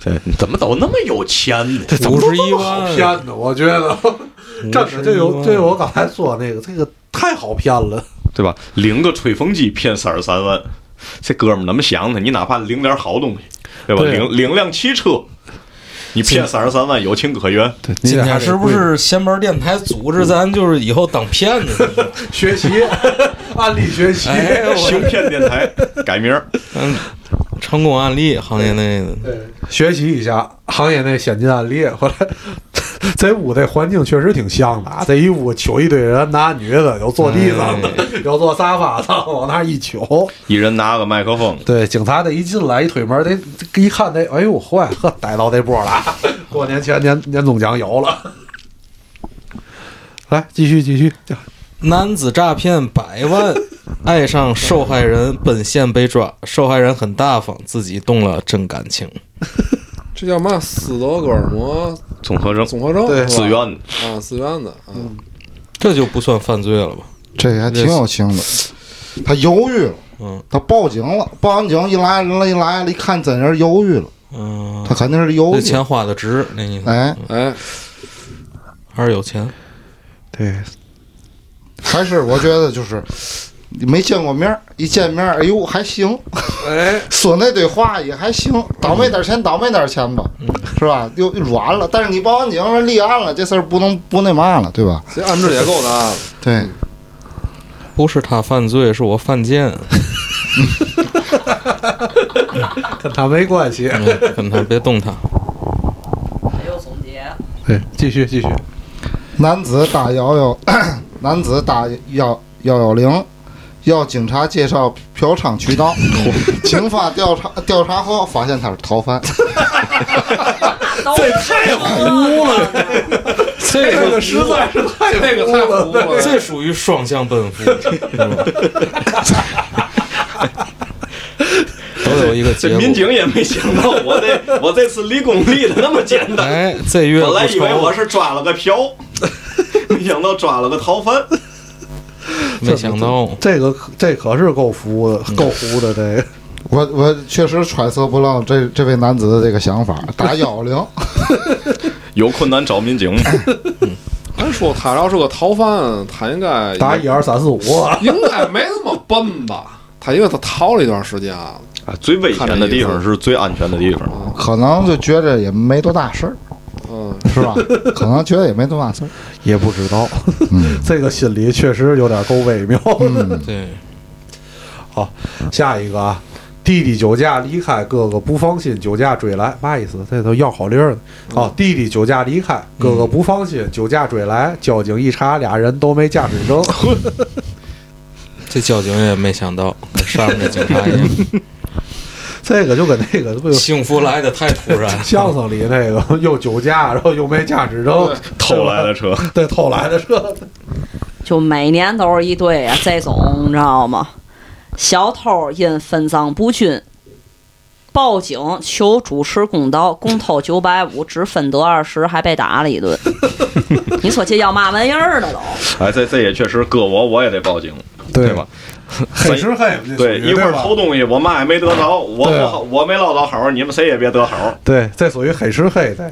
这怎么都那么有钱呢？
五十一万，
骗的，我觉得真的，这有这有我刚才说那个，这个太好骗了。
对吧？领个吹风机骗三十三万，这哥们儿怎么想的？你哪怕领点好东西，对吧？啊
对
领领辆汽车，你骗三十三万，有情可原。
对，
今
你俩
天嗯是不是闲门电台组织咱就是以后当骗子？
学习， 案例学习，
哎呦
行骗电台改名儿，
嗯，成功案例行业内的，
对，学习一下行业内先进案例。后来，这屋这环境确实挺像的啊， 这一屋揪一堆人，男女的，有坐地上的，有坐沙发上，往那儿一揪。
一人拿个麦克风，
对，警察这一进来一推门，得这一看得，哎呦坏，呵，逮到这波了啊， 过年前年年终奖有了。 来，继续继续，
男子诈骗百万，爱上受害人，奔现被抓，受害人很大方，自己动了真感情。
这叫嘛？斯德哥尔摩
综合症，
综合症，
对
是吧
自愿的。
啊，自愿的啊。
这就不算犯罪了吧？
这还挺有情的。他犹豫了，
嗯
他报警了，报完警一来人了，一来了，一看真人犹豫了，
嗯，
他肯定是犹
这
豫。
钱花的值，那意思
哎，
哎，
还是有钱。
对，
还是我觉得就是没见过面儿，一见面儿，哎呦还行，
哎，
说那堆话也还行，倒霉点儿钱倒霉点儿钱吧，
嗯
是吧？又又软了，但是你报完警人立案了，这事儿不能不那嘛了，对吧？
这安置也够的啊。
对，
不是他犯罪，是我犯贱，
跟他没关系。
嗯跟他别动他。
还有总结。
对，继续继续。
男子打幺幺， 男子打幺幺幺零，要警察介绍嫖娼 渠道，警方调查调查后发现他是逃犯。
这太糊了，
这个实在是太这个太糊了，这属于双向奔 赴，都有一个结
这
果。
民警也没想到我 这我这次离工立的那么简单，
哎，这月
本来
不
以为我
愁，
是抓了个嫖， 没想到抓了个逃犯。
没想到
这个可这可是够服的，够服的。这个
我我确实揣测不到这这位男子的这个想法，打幺幺零，
有困难找民警，
按说他要是个逃犯，他应该
打一二三四五，啊
应该没那么笨吧？他因为他逃了一段时间啊，
啊最危险的地方是最安全的地方。
可能就觉着也没多大事儿，
嗯，
是吧？可能觉得也没多大事儿。
也不知道。
嗯
这个心理确实有点够微妙。
对，
好，下一个啊，弟弟酒驾离开，哥哥不放心，酒驾追来，嘛意思？这都要好令儿呢。
嗯
哦，弟弟酒驾离开，哥哥不放心，酒驾追来，交警一查，俩人都没驾驶证。
嗯
这交警也没想到，跟上面这警察也
这个就跟那个不 就。
幸福来的太突然
相声里那个又酒驾，然后又没驾驶证，
偷来的车，
对，偷来的车。
就每年都是一堆啊，这种你知道吗？小偷因分赃不均报警求主持公道，共偷九百五，只分得二十，还被打了 一顿。你说这叫嘛玩意儿呢都？
哎，这这也确实，搁我我也得报警，
对
吧？
黑吃黑，这属于
对，一会儿
吧
偷东西，我嘛也没得着，我
对啊
不好，我没落着好，你们谁也别得好。
对，这属于黑吃黑的，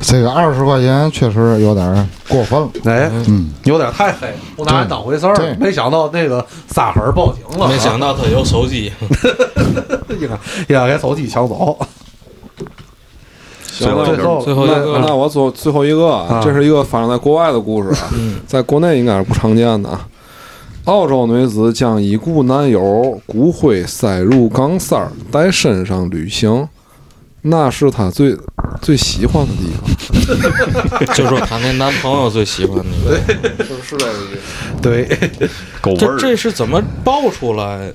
这个二十块钱确实有点儿过分了。
哎，
嗯，
有点太黑，不拿人当回事
对
儿。没想到那个仨粉儿报警了啊，
没想到他有手 机，
应该应该给手机抢走。
行
最
了。
后
最后一
那
个
那我做最后一个啊，这是一个发生在国外的故事啊，
嗯
在国内应该是不常见的啊。澳洲女子将已故男友骨灰塞入钢塞儿，带身上旅行，那是她最最喜欢的地方。
就说她那男朋友最喜欢你。
是是这个意思？
对，
狗味
这
儿，
这是怎么爆出来？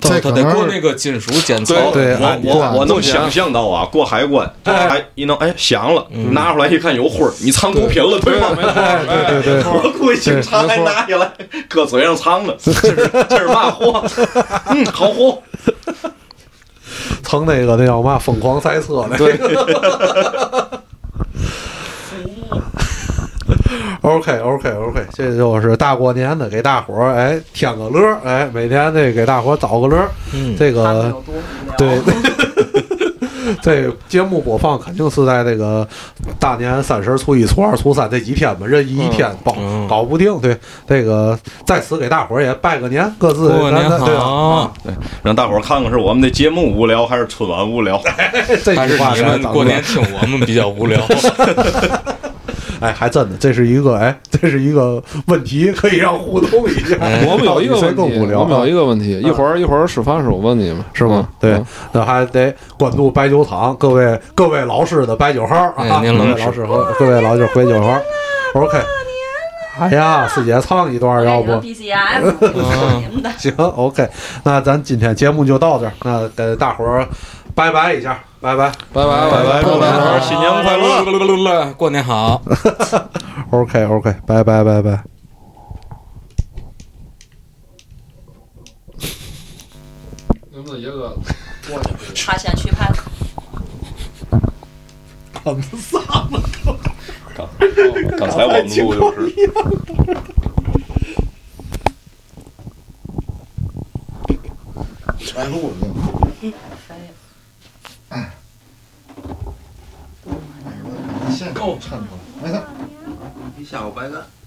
他他
这可
得
能
过
是
那个金属检测，
对
对
我
按
过
我我能
过年
想象到啊，过海关，哎，一弄，哎，响了，拿出来一看有灰儿，你藏毒品了，对吗？
对对对，
我估计警察还拿下来，搁嘴上藏着，这是这是嘛货？嗯，好货。
成那个那叫嘛疯狂塞车了。 对。OK OK OK，这就是大过年的，给大伙儿哎添个乐儿，哎，每天这给大伙儿找个乐儿。
嗯
这
他
个
们有多无聊？
对，这节目播放肯定是在这个大年三十、初一、初二、初三这几天吧，任意一天保
嗯
保不定。对，这个在此给大伙儿也拜个年，各自
过年
咱咱对啊
好，
对，让大伙儿看看是我们的节目无聊还是春晚无聊。
这
还
句
是
话
你
咱
们
咱
过
们
年听我们比较无聊。
哎，还真的，这是一个哎，这是一个问题，可以让互动一下。
哎
我们有一个
谁
问
更
题，
无聊啊？
我们有一个问题，一会儿一会儿吃饭时候我问你们，
是吗？
嗯
对，那还得关注白酒厂各位各位老师的白酒号啊，
哎您
各位
老师
老师和各位老酒白酒号。OK，哎呀，师姐唱一段 要不？ 嗯
BGM 你们的，
行，OK，那咱今天节目就到这儿，那给大伙儿拜拜一下，拜拜。
拜拜拜拜拜拜。
新年快乐！
乐，过年好。
OK OK，拜拜拜拜。
能不能一个？
他先去拍。
刚才我们录就是。
全录了。够，没事。
你下午白干。